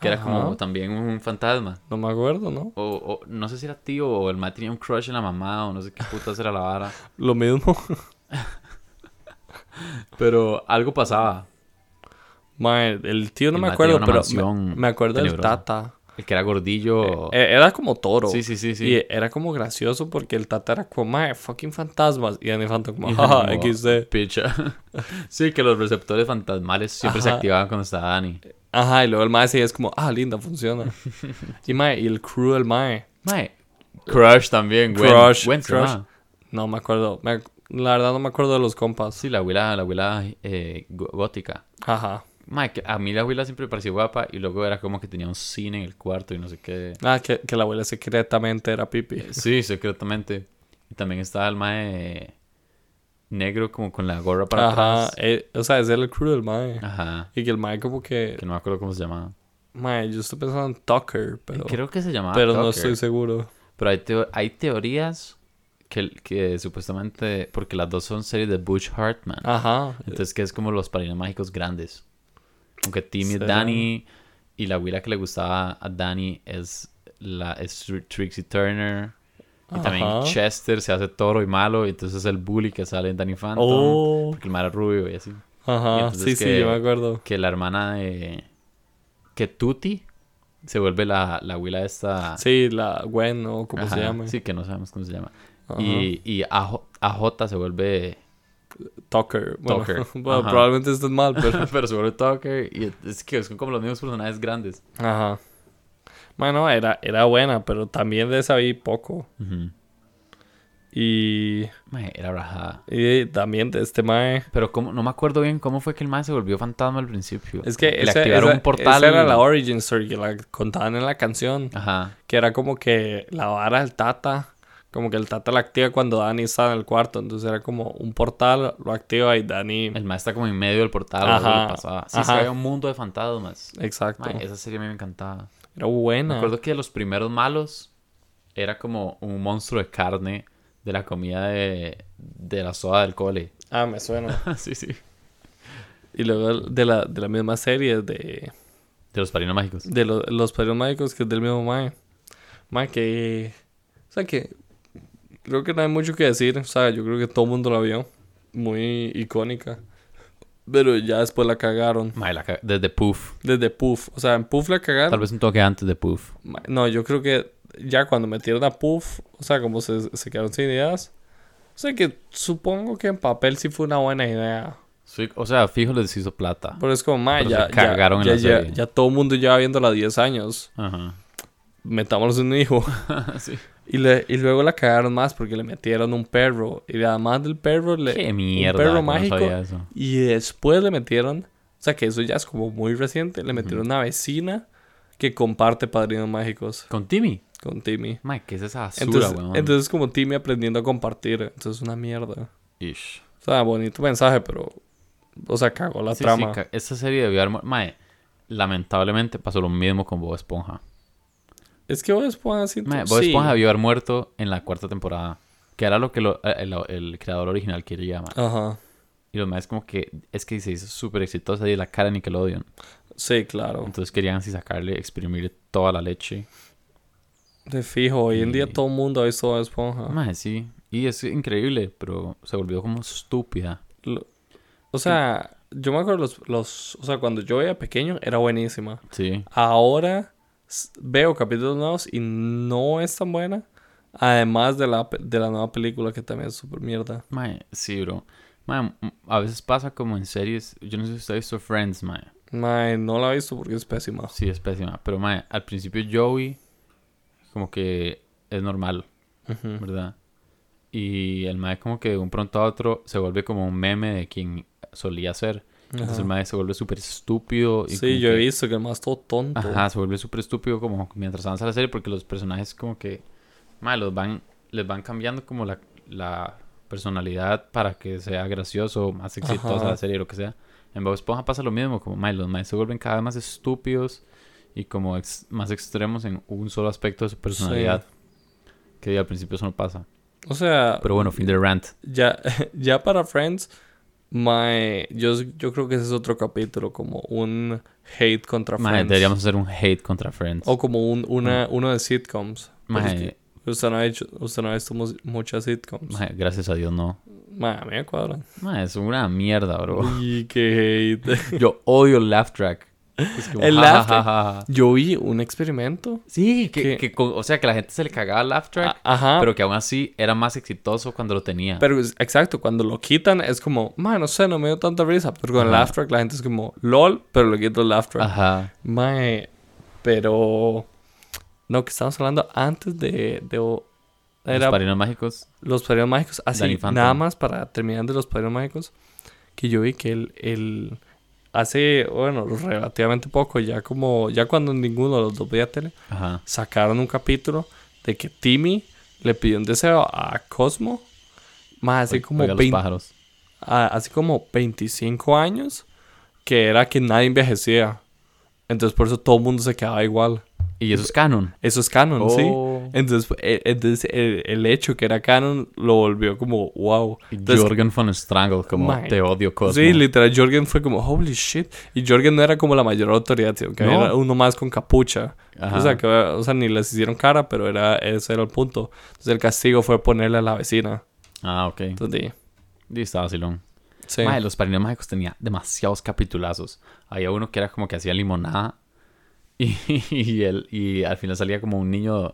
Que era Ajá. como también un fantasma. No me acuerdo, ¿no? O, o- no sé si era tío o el mae tenía un crush en la mamá o no sé qué putas era la vara. Lo mismo. Pero algo pasaba. Ma, el tío no El me ma acuerdo, tenía una pero me, mansión me acuerdo del tenebrosa. Tata. El que era gordillo. Eh, Era como toro. sí, sí, sí, sí. Y eh, era como gracioso porque el Tata era como, mae, fucking fantasmas. Y Danny Phantom como, Y jaja, era como, "Ah". XD. Picha. sí, que los receptores fantasmales siempre se Ajá. activaban cuando estaba Danny. Ajá, y luego el mae sí es como, ah, linda, funciona. y mae, y el crew del mae. Mae. Crush también, güey. Crush, Gwen se Crush. llamaba. No me acuerdo. me ac- la verdad no me acuerdo de los compas. Sí, la abuela, la abuela eh, gó- gótica. Ajá. Mae, que a mí la abuela siempre me pareció guapa y luego era como que tenía un cine en el cuarto y no sé qué. Ah, que, que la abuela secretamente era pipi. Sí, secretamente. Y también estaba el mae eh, negro como con la gorra para Ajá, atrás. eh, o sea, ese era el crew del mae. Ajá. Y que el mae como que... Eh, Que no me acuerdo cómo se llamaba. Mae, yo estoy pensando en Tucker, pero, Creo que se llamaba pero no Ah, Tucker. estoy seguro. Pero hay, teo- hay teorías que, que supuestamente... Porque las dos son series de Butch Hartman. Ajá. Entonces que es como los padrinos mágicos grandes. Aunque Timmy es Será. Danny y la abuela que le gustaba a Danny es, la, es Tr- Trixie Turner. Y también Ajá. Chester se hace toro y malo. Y entonces es el bully que sale en Danny Phantom. Oh. Porque el mar rubio y así. Y Ajá, pues, entonces sí, que- sí, yo me acuerdo. Que la hermana de... Que Tuti se vuelve la, la abuela esta... Sí, la Gwen o como Ah. se Ajá, llama. Sí, que no sabemos cómo se llama. Ajá. Y, y AJ, se vuelve... Tucker. Bueno, Tucker, bueno, ajá. probablemente estés mal, pero... Pero se vuelve Tucker. Y es que son como los mismos personajes grandes. Ajá. Bueno, era, era buena, pero también de esa vi poco. Ujú. Y, Mae, era rajada. y también de este mae. Pero cómo- no me acuerdo bien cómo fue que el man se volvió fantasma al principio. Es que le ese- activaron esa- un portal. esa era la origin story que la contaban en la canción. Ajá. Que era como que la vara del tata. Como que el tata la activa cuando Dani está en el cuarto. Entonces era como un portal, lo activa y Dani... El man está como en medio del portal. o Ajá, algo le pasaba. Sí, es que ajá. había un mundo de fantasmas. Exacto. Mae, esa serie a mí me encantaba. Era Me buena. acuerdo que los primeros malos era como un monstruo de carne de la comida de, de la soda del cole. Ah, me suena. sí, sí. y luego de la, de la misma serie de... De los parinos mágicos. De lo- los perros mágicos que es del mismo Mae. Mae que... O sea que... Creo que no hay mucho que decir. O sea, yo creo que todo el mundo la vio. Muy icónica. Pero ya después la cagaron. Mae, la ca- desde Puff. Desde Puff. O sea, en Puff la Tal cagaron. vez un toque antes de Puff. Ma- No, yo creo que ya cuando metieron a Puff, o sea, como se, se quedaron sin ideas. O sea que supongo que en papel sí fue una buena idea. Sí, o sea, fijo les hizo plata. Pero es como, mae, Pero se ya, ya, cagaron en ya, la ya- serie. ya todo el mundo lleva viéndola 10 años. Ajá. Metámonos un hijo. sí. Y, le, y luego la cagaron más porque le metieron un perro. Y además del perro le... Qué un mierda. perro yo mágico. No sabía eso. Y después le metieron... O sea, que eso ya es como muy reciente. Le metieron una vecina que comparte padrinos mágicos Con Timmy. con Timmy. Mae, ¿qué es esa basura, Entonces, weón? entonces es como Timmy aprendiendo a compartir. Entonces es una mierda. Ish. O sea, bonito mensaje, pero... O sea, cagó la Sí, sí, trama. ca- esa serie debió haber... mu- Mae, lamentablemente pasó lo mismo con Bob Esponja. es que Bob Esponja siento- Mae, Bob sí. Esponja debió haber muerto en la cuarta temporada. Que era lo que lo- el, el creador original quería, mae. Ajá. Y los maes como que... Es que se hizo súper exitosa y la cara de Nickelodeon. Sí, claro. Entonces querían así sacarle, exprimir toda la leche. De fijo, hoy en día Y- todo el mundo ha visto Bob Esponja. Mae, sí. Y es increíble, pero se volvió como estúpida. Lo- o sea, yo me acuerdo los, los... O sea, cuando yo era pequeño era buenísima. Sí. Ahora s- veo capítulos nuevos y no es tan buena. Además de la, pe- de la nueva película que también es súper mierda. Mae, sí, bro. Mae, m- a veces pasa como en series... Yo no sé si usted ha visto Friends, mae. Mae, no la he visto porque es pésima. Sí, es pésima. Pero, mae, al principio Joey, como que es normal, Ujú. ¿verdad? Y el mae, como que de un pronto a otro se vuelve como un meme de quien solía ser. Entonces, Ajá. el mae se vuelve súper estúpido. Y como Sí, yo he que- visto que el más todo tonto. Ajá, se vuelve súper estúpido como mientras avanza la serie, porque los personajes, como que, mae, los van, les van cambiando como la, la personalidad para que sea gracioso, más exitosa Ajá. la serie, lo que sea. En Bob Esponja pasa lo mismo, como mae, los maes se vuelven cada vez más estúpidos y como ex- más extremos en un solo aspecto de su personalidad. Que al principio eso no pasa. O sea, Pero bueno, fin del rant. ya, ya para Friends, mae, yo, yo creo que ese es otro capítulo, como un hate contra Mae, Friends. deberíamos hacer un hate contra Friends. O como un, una, uno de sitcoms. Pero Mae, Oh, pues es que Usted no ha, hecho, usted no ha visto mu- muchas sitcoms. mae, gracias a Dios no. Mae, a mí me cuadran. Mae, es una mierda, bro. Y qué hate. Yo odio el laugh track. Es como, El ja, laugh ja, track. ja, ja, ja. Yo vi un experimento. Sí, que, Ah. Que- que con- o sea, que la gente se le cagaba el laugh track, A- ajá. Pero, pero que aún así era más exitoso cuando lo tenía. es- exacto, cuando lo quitan es como, mae, no sé, no me dio tanta risa. Pero con el Ajá. laugh track la gente es como, lol, pero le quito el laugh track. Ajá. Mae, pero. No, que estamos hablando antes de. de o- Los era padrinos mágicos. los padrinos mágicos. Danny Así, Phantom. nada más para terminar de los padrinos mágicos. Que yo vi que él. él hace, bueno, relativamente poco. Ya como. Ya cuando ninguno de los dos veía tele. Ajá. Sacaron un capítulo de que Timmy le pidió un deseo a Cosmo. Más así Oye, como oiga los 20 pájaros. a- hace como 25 años que era que nadie envejecía. Entonces por eso todo el mundo se quedaba igual. Y eso es canon. Eso es canon, Oh. ¿sí? Entonces, eh, entonces, el, el hecho que era canon lo volvió como wow. Entonces, Jorgen von Strangle, como Mae. te odio, Cosmo. Sí, literal, Jorgen fue como, holy shit. Y Jorgen no era como la mayor autoridad, sino que No. era uno más con capucha. Ajá. O sea, que, o sea, ni les hicieron cara, pero era, ese era el punto. Entonces el castigo fue ponerle a la vecina. Ah, ok. Entonces, di, Y estaba vacilón. sí. Mae, los padrinos mágicos tenía demasiados capitulazos. Había uno que era como que hacía limonada. Y, y él, y al final salía como un niño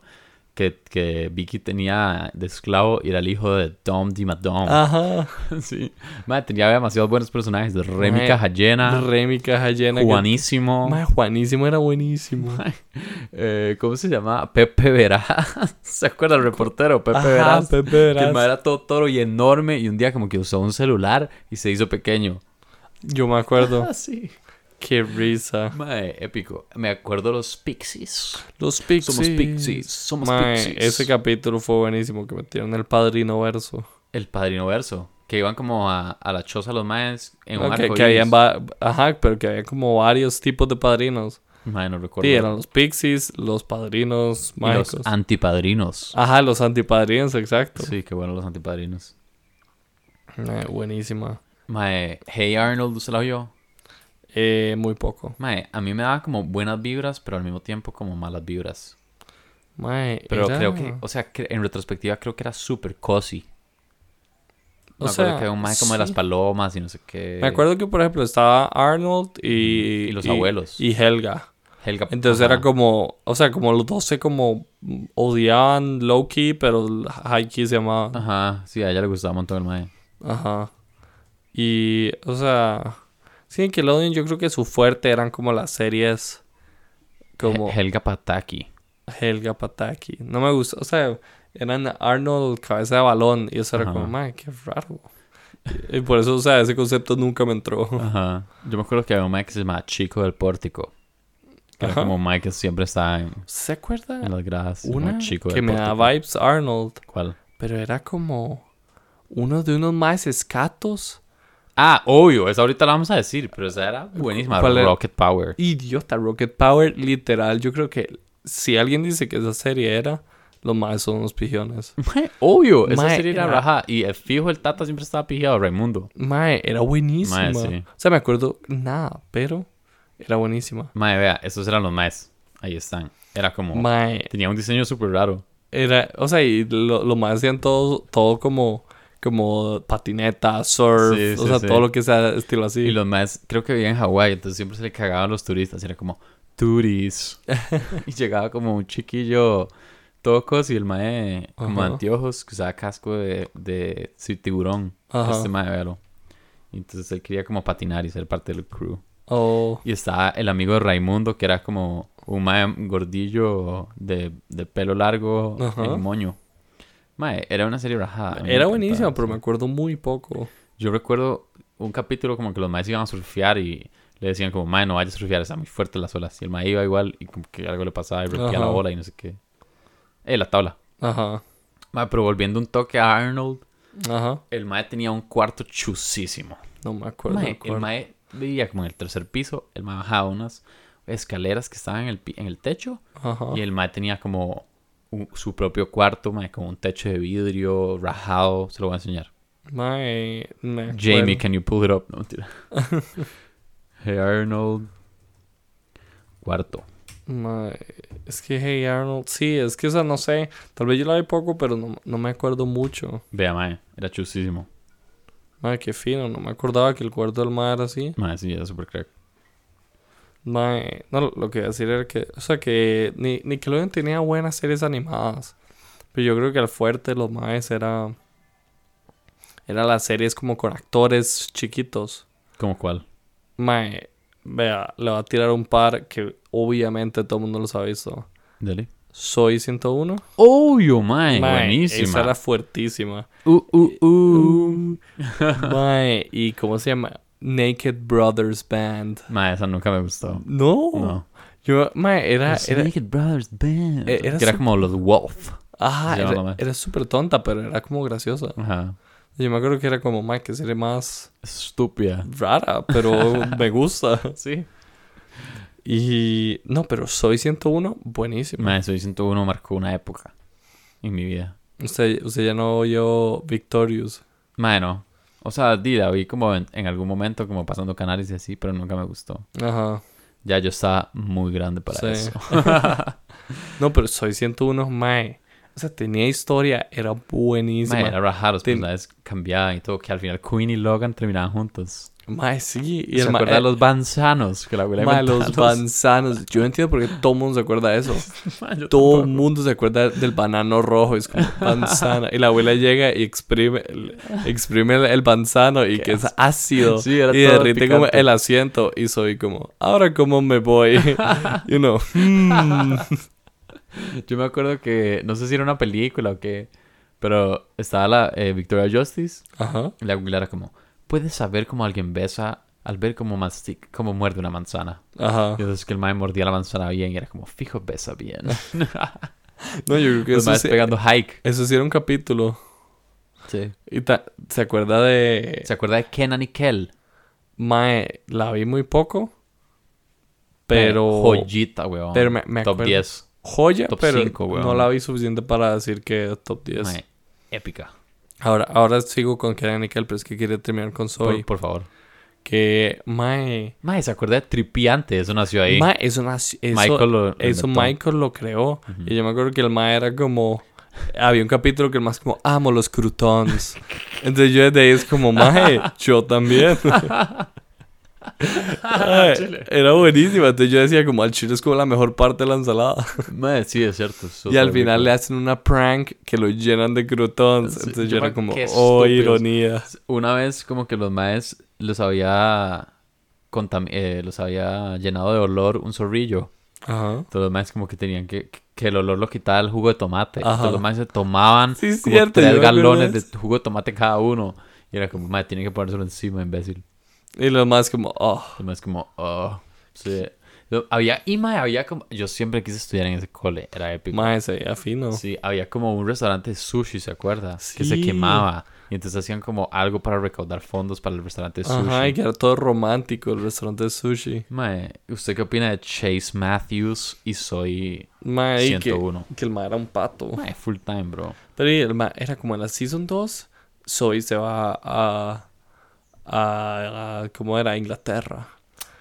que, que Vicky tenía de esclavo y era el hijo de Dom Di Madom. Ajá. Sí. Mae, tenía demasiados buenos personajes. De Remy Ah. Mae, Cajallena, Remy Caja Llena. que- Juanísimo. Mae, Juanísimo era buenísimo. eh, ¿Cómo se llama? Pepe Verás. ¿Se acuerda el reportero? Pepe Ajá, Verás. Pepe Que el Verás. mae era todo toro y enorme. Y un día como que usó un celular y se hizo pequeño. Yo me acuerdo. Ah, sí. Qué risa. Mae, épico. Me acuerdo los Pixies. Los Pixies. Pixies, somos Mae, Pixies. Ese capítulo fue buenísimo que metieron el padrino verso. El Padrino Verso. Que iban como a, a la choza los maes en un Ok, arco que habían va- ajá, pero que había como varios tipos de padrinos. Mae, no recuerdo. Sí, eran los pixies, los padrinos Y los mágicos. antipadrinos. ajá, los antipadrinos, exacto. Sí, qué bueno los antipadrinos. Eh, buenísima. Mae, Hey Arnold, ¿usted la vio? Eh, muy poco. Mae, a mí me daba como buenas vibras, pero al mismo tiempo como malas vibras. Mae, Pero era- creo que, o sea, cre- en retrospectiva creo que era súper cozy. O Me acuerdo sea, que había un mae como de las sí. palomas y no sé qué. Me acuerdo que, por ejemplo, estaba Arnold y... Y los abuelos. Y Helga. Helga- Entonces Ajá. era como... O sea, como los dos se como odiaban low-key, pero high-key se llamaban. Ajá, sí, a ella le gustaba un montón el mae. Ajá. Y, o sea, sí, Nickelodeon yo creo que su fuerte eran como las series como He- Helga Pataki. Helga Pataki. No me gusta, o sea, eran Arnold cabeza de balón y eso era Ajá. como, man, qué raro. Y, y por eso, o sea, ese concepto nunca me entró. Ajá. Yo me acuerdo que había un mae que se llamaba Chico del Pórtico. Que era Ajá. como un mae que siempre estaba en, ¿Se acuerda? en las gradas. se llamaba Una Chico que del me da Pórtico. vibes Arnold, ¿Cuál? pero era como uno de unos más escatos. Ah, obvio, esa ahorita la vamos a decir, pero esa era buenísima. ¿Cuál era? Rocket Power. Idiota, Rocket Power, literal, yo creo que si alguien dice que esa serie era, los más son unos pijones. Mae, obvio, esa Mae, serie era era- raja. Y el fijo, el Tata siempre estaba pijado, Raimundo. Mae, era buenísima. Mae, sí. O sea, me acuerdo nada, pero era buenísima. Mae, vea, esos eran los maes. Ahí están. Era como. Mae, Tenía un diseño súper raro. era, o sea, y lo, lo más hacían todo, todo como, como patineta, surf, Sí, sí, o sea, sí. todo lo que sea estilo Y así. los maes, creo que vivían en Hawái, entonces siempre se le cagaban los turistas. y Era como, turis. y llegaba como un chiquillo tocos y el mae como Ajá. anteojos, que usaba casco de, de sí, tiburón. Ajá. Este mae, véalo. Y Entonces él quería como patinar y ser parte del crew. O, Y estaba el amigo de Raimundo, que era como un mae gordillo de, de pelo largo Ajá. en moño. Mae, era una serie rajada. a mí me era encantaba, buenísima, pero sí. me acuerdo muy poco. Yo recuerdo un capítulo como que los maes iban a surfear y le decían como, mae, no vayas a surfear, está muy fuerte las olas. Y el mae iba igual y como que algo le pasaba y rompía la Ajá. ola y no sé qué. Eh, la tabla. Ajá, Mae, pero volviendo un toque a Arnold, ajá. el mae tenía un cuarto chusísimo. No me acuerdo. Mae, del el cuarto. mae vivía como en el tercer piso, el mae bajaba unas escaleras que estaban en el, pi- en el techo Ajá. y el mae tenía como un- su propio cuarto, mae, con un techo de vidrio rajado, se lo voy a enseñar. Mae, me Jamie, acuerdo. can you pull it up? No, mentira. hey Arnold. Cuarto. Mae, es que Hey Arnold, sí, es que esa no sé, tal vez yo la vi poco, pero no, no me acuerdo mucho. Vea, mae. Era chusísimo. Mae, qué fino, no me acordaba que el cuarto del mar era así. Mae, sí, era super crack. Mae, no, lo que iba a decir era que, o sea, que Ni- Nickelodeon tenía buenas series animadas, pero yo creo que el fuerte de los maes era, era las series como con actores chiquitos. ¿Cómo cuál? Mae, vea, le va a tirar un par que obviamente todo el mundo los ha visto. Dale. Soy 101. Obvio, mae. Mae, Esa Buenísima. era Eh, fuertísima. Uh, uh, uh. Mae, ¿y cómo se llama? Naked Brothers Band. Mae, esa nunca me gustó. No. No. ¿Ah, Yo, mae, era... Los Uh, era Naked Brothers Band. Eh, era que era su- como los Wolf. ajá, se llama la era, mae. era súper tonta, pero era como graciosa. Ajá. Yo me acuerdo que era como, man, que serie más Estúpida. rara, pero me gusta. Sí. Y no, pero Soy 101, buenísimo. Mae, Soy 101 marcó una época en mi vida. Usted, usted ya no oyó Victorious. Mae, no. O sea, di, la vi como en, en algún momento, como pasando canales y así, pero nunca me gustó. Ajá. Ya yo estaba muy grande para Sí. eso. No, pero Soy 101, mae. O sea, tenía historia, era buenísima. Mae, era rajaros, Ten- personajes cambiaban y todo, que al final Queen y Logan terminaban juntos. Mae, sí. Y Y ¿Se el ma- acuerda de eh, los banzanos? Que la abuela mae, inventaba los banzanos. Yo entiendo por qué todo el mundo se acuerda de eso. Mae, yo Todo el tampoco. mundo se acuerda del banano rojo, es como banzana. Y la abuela llega y exprime, el- exprime el, el banzano y que es ácido. Sí, era y todo derrite como picante. el asiento. Y soy como, ¿ahora cómo me voy? you know. mm. Yo me acuerdo que, no sé si era una película o qué, pero estaba la eh, Victoria Justice Ajá. y la abuela era como, ¿puedes saber cómo alguien besa al ver cómo, mastic- cómo muerde una manzana? Ajá. Y entonces que el mae mordía la manzana bien y era como, fijo, besa bien. No, yo creo que Los eso maes sí, pegando hike. eso sí era un capítulo. Sí. Y ta- se acuerda de. ¿Se acuerda de Kenan y Kel? Mae, la vi muy poco. Pero. Mae, Eh, Joyita, weón. pero me- me Top acuerdo. 10. Joya, Top pero cinco, weón. no la vi suficiente para decir que es top 10. Mae, épica. Ahora, ahora sigo con Keira Nickel, pero es que quiere terminar con Zoe. Por, por favor. Que, mae. Mae, ¿se acuerda de Tripiante? Eso nació ahí. mae, eso, nació- eso, Michael lo- lo eso inventó. Michael lo creó. Y yo me acuerdo que el mae era como. Había un capítulo que el mae es como, amo los croutons. Entonces yo desde ahí es como, mae, yo también. Mae, era buenísima. Entonces yo decía, como, al chile es como la mejor parte de la ensalada. Mae, sí, es cierto. es Y al súper final rico. le hacen una prank que lo llenan de croutons. Sí, Entonces yo yo me- era como, qué oh, estúpidos". ironía. Una vez como que los maes los había contam- eh, los había llenado de olor un zorrillo. Ajá. Entonces los maes como que tenían que que el olor lo quitaba el jugo de tomate. Ajá. Entonces los maes se tomaban Sí, es como cierto, yo tres me acuerdo galones de de jugo de tomate cada uno. Y era como, mae, tienen que ponérselo encima, imbécil. Y lo más como, oh. Los maes como, oh, sí. Lo- Había, y mae, había como, yo siempre quise estudiar en ese cole, era épico. Mae, se veía fino. Sí, había como un restaurante de sushi, ¿se acuerda? Que se Sí. quemaba. Y entonces hacían como algo para recaudar fondos para el restaurante de sushi. Ajá, y que era todo romántico el restaurante de sushi. Mae, ¿usted qué opina de Chase Matthews y soy Mae, y que, 101? que el mae era un pato. Mae, full time, bro. Pero y el mae era como en la season 2, Zoe se va a, a, a- ¿Cómo era? A Inglaterra.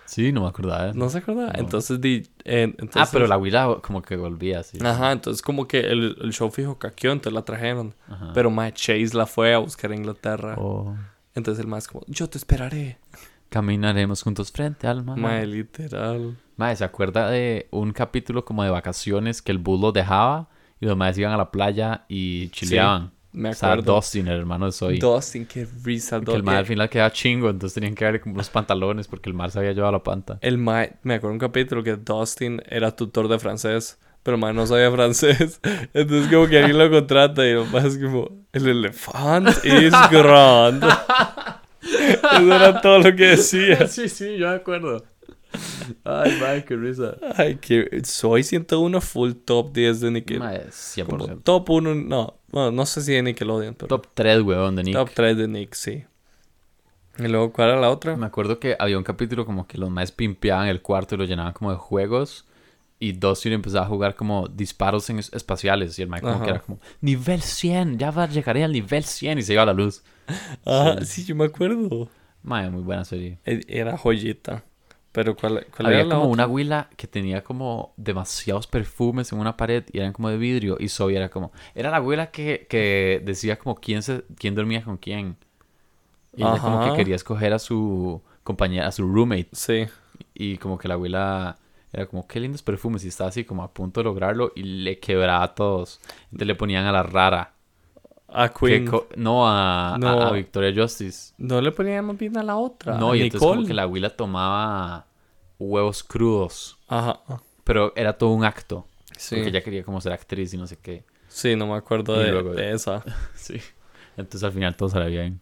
Sí, no me acordaba. de eso. ¿No se acuerda? No. Entonces, di, en- entonces... ah, pero la huila como que volvía así. Ajá, entonces como que el, el show fijo caqueó, entonces la trajeron. Ajá. Pero mae, Chase la fue a buscar a Inglaterra. Oh. Entonces el mae es como, yo te esperaré. Caminaremos juntos frente al mar. Mae, literal. Mae, ¿se acuerda de un capítulo como de vacaciones que el bulo dejaba y los maes iban a la playa y chileaban? Me Estaba acuerdo. Dustin, el hermano de Zoe. Dustin, qué Que risa. el Dustin. mar al final quedaba chingo, entonces tenían que darle como unos pantalones porque el mar se había llevado la panta. El mae, me acuerdo un capítulo que Dustin era tutor de francés, pero el mae no sabía francés. Entonces como que alguien lo contrata y el mae es como, el elefante is grande. Eso era todo lo que decía. sí, sí, yo me acuerdo. Ay, madre, qué risa. Ay, que soy 101 full top 10 de Nickelodeon. Mae, 100%. Como top 1, no, bueno, no sé si de Nickelodeon, pero top, Top 3, weón, de Nick. 3 de Nick, sí. Y luego, ¿cuál era la otra? Me acuerdo que había un capítulo como que los maes pimpeaban el cuarto y lo llenaban como de juegos. Y Dustin empezaba a jugar como disparos en es- espaciales. Y el mae como Ajá. que era como, nivel 100, ya va, llegaré al nivel 100. Y se iba a la luz. Ah, sí, yo me acuerdo. Mae, muy buena serie. E- Era joyita. Pero ¿cuál, cuál Había era la como otra? una huila que tenía como demasiados perfumes en una pared y eran como de vidrio. Y Zoe era como. Era la abuela que, que decía como quién, se, quién dormía con quién. Y ella como que Ajá. quería escoger a su compañera, a su roommate. Sí. Y como que la abuela era como, qué lindos perfumes. Y estaba así como a punto de lograrlo y le quebraba a todos. Entonces le ponían a la rara. A que Queen. co- no, a, a- No. a Victoria Justice. No le poníamos bien a la otra. No, y a entonces como Nicole. que la abuela tomaba huevos crudos. Ajá. Pero era todo un acto. Sí. Porque ella quería como ser actriz y no sé qué. Sí, no me acuerdo Y de, luego- de esa. Sí. Entonces al final todo salía bien.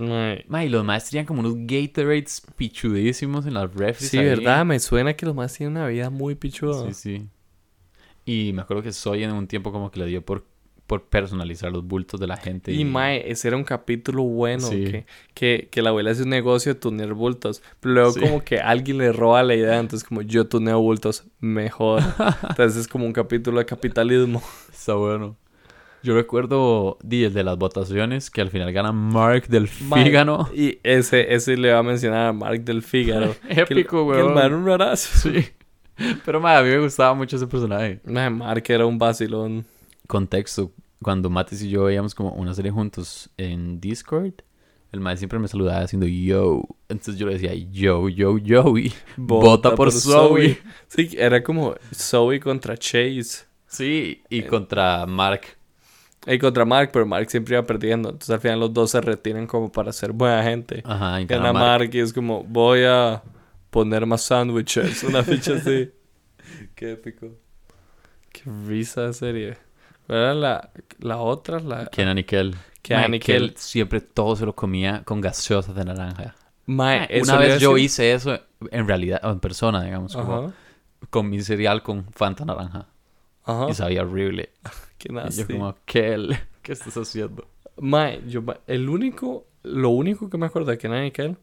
Ay. Ma, y los maestros tenían como unos Gatorades pichudísimos en las refs. Sí, ¿verdad? Me suena que los más tienen una vida muy pichuda. Sí, sí. Y me acuerdo que Soy en un tiempo como que le dio por por personalizar los bultos de la gente. Y mae, ese era un capítulo bueno. Este, Sí. Que, que, que la abuela hace un negocio de tunear bultos. Pero luego, Sí. como que alguien le roba la idea. Entonces, como yo tuneo bultos mejor. Entonces, es como un capítulo de capitalismo. Está bueno. Yo recuerdo di, el de las votaciones que al final gana Mark del Mae, Fígano. Y ese, ese le va a mencionar a Mark del Fígaro. Épico, que el, que el weón. mae era un rarazo. Sí. Pero mae, a mí me gustaba mucho ese personaje. Mae, Mark era un vacilón. Contexto. Cuando Matis y yo veíamos como una serie juntos en Discord, el mae siempre me saludaba haciendo yo. Entonces yo le decía yo, yo, yo. y Vota por Zoe. Sí, era como Zoe contra Chase. Sí, y contra Mark. Y contra Mark, pero Mark siempre iba perdiendo. Entonces al final los dos se retiran como para ser buena gente. Ajá, y Gana gana Mark. Mark y es como, voy a poner más sándwiches. Una ficha así. Qué épico. Qué risa de serie. ¿Cuál era la, la otra? La... Kenan y Kel. Kenan Mae, y Kel. Kel siempre todo se lo comía con gaseosa de naranja. Mae, eso Una le vez iba a yo decir. hice eso en realidad, o en persona, digamos, como Ajá. con mi cereal con Fanta naranja. Ajá. Ah, Y sabía horrible. Y Qué yo nasty. como, Kel, ¿qué estás haciendo? Mae, yo, ma- el único, lo único que me acuerdo de Kenan y Kel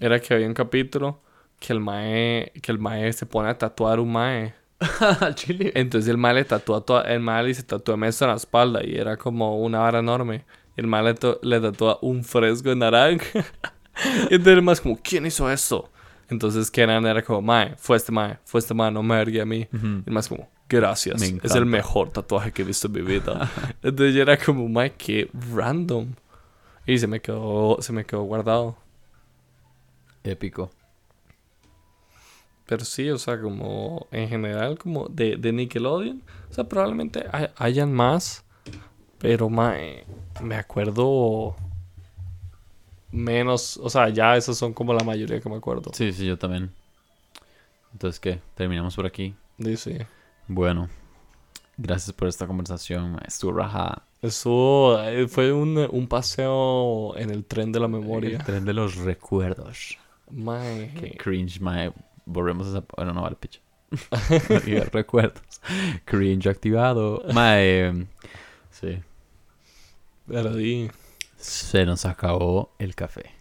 era que había un capítulo que el mae, que el mae se pone a tatuar un mae. Chile. Entonces el mae le tatúa toda, el mae le dice tatúame esto en la espalda y era como una vara enorme. Y el mae le, to- le tatúa un fresco de naranja. y entonces el mae es como, ¿quién hizo esto? Entonces Kenan era como, mae, fue este mae, fue este mae, no me ergué a mí. Ujú. Y el mae es como, gracias, Me es el encanta. mejor tatuaje que he visto en mi vida. entonces yo era como, mae, qué random. Y se me quedó, se me quedó guardado. Épico. Pero sí, o sea, como en general, como de, de Nickelodeon. O sea, probablemente hay- hayan más. Pero mae, me acuerdo menos. O sea, ya esos son como la mayoría que me acuerdo. Sí, sí, yo también. Entonces, ¿qué? Terminamos por aquí. Dice. Bueno, gracias por esta conversación. ma, Estuvo raja. Eso eh, fue un, un paseo en el tren de la El memoria. tren de los recuerdos. Mae. Qué cringe, mae. Borremos esa. Bueno, no vale, picha. Diga recuerdos. Cringe activado. Mae. em, Sí. Perdí. Se nos acabó el café.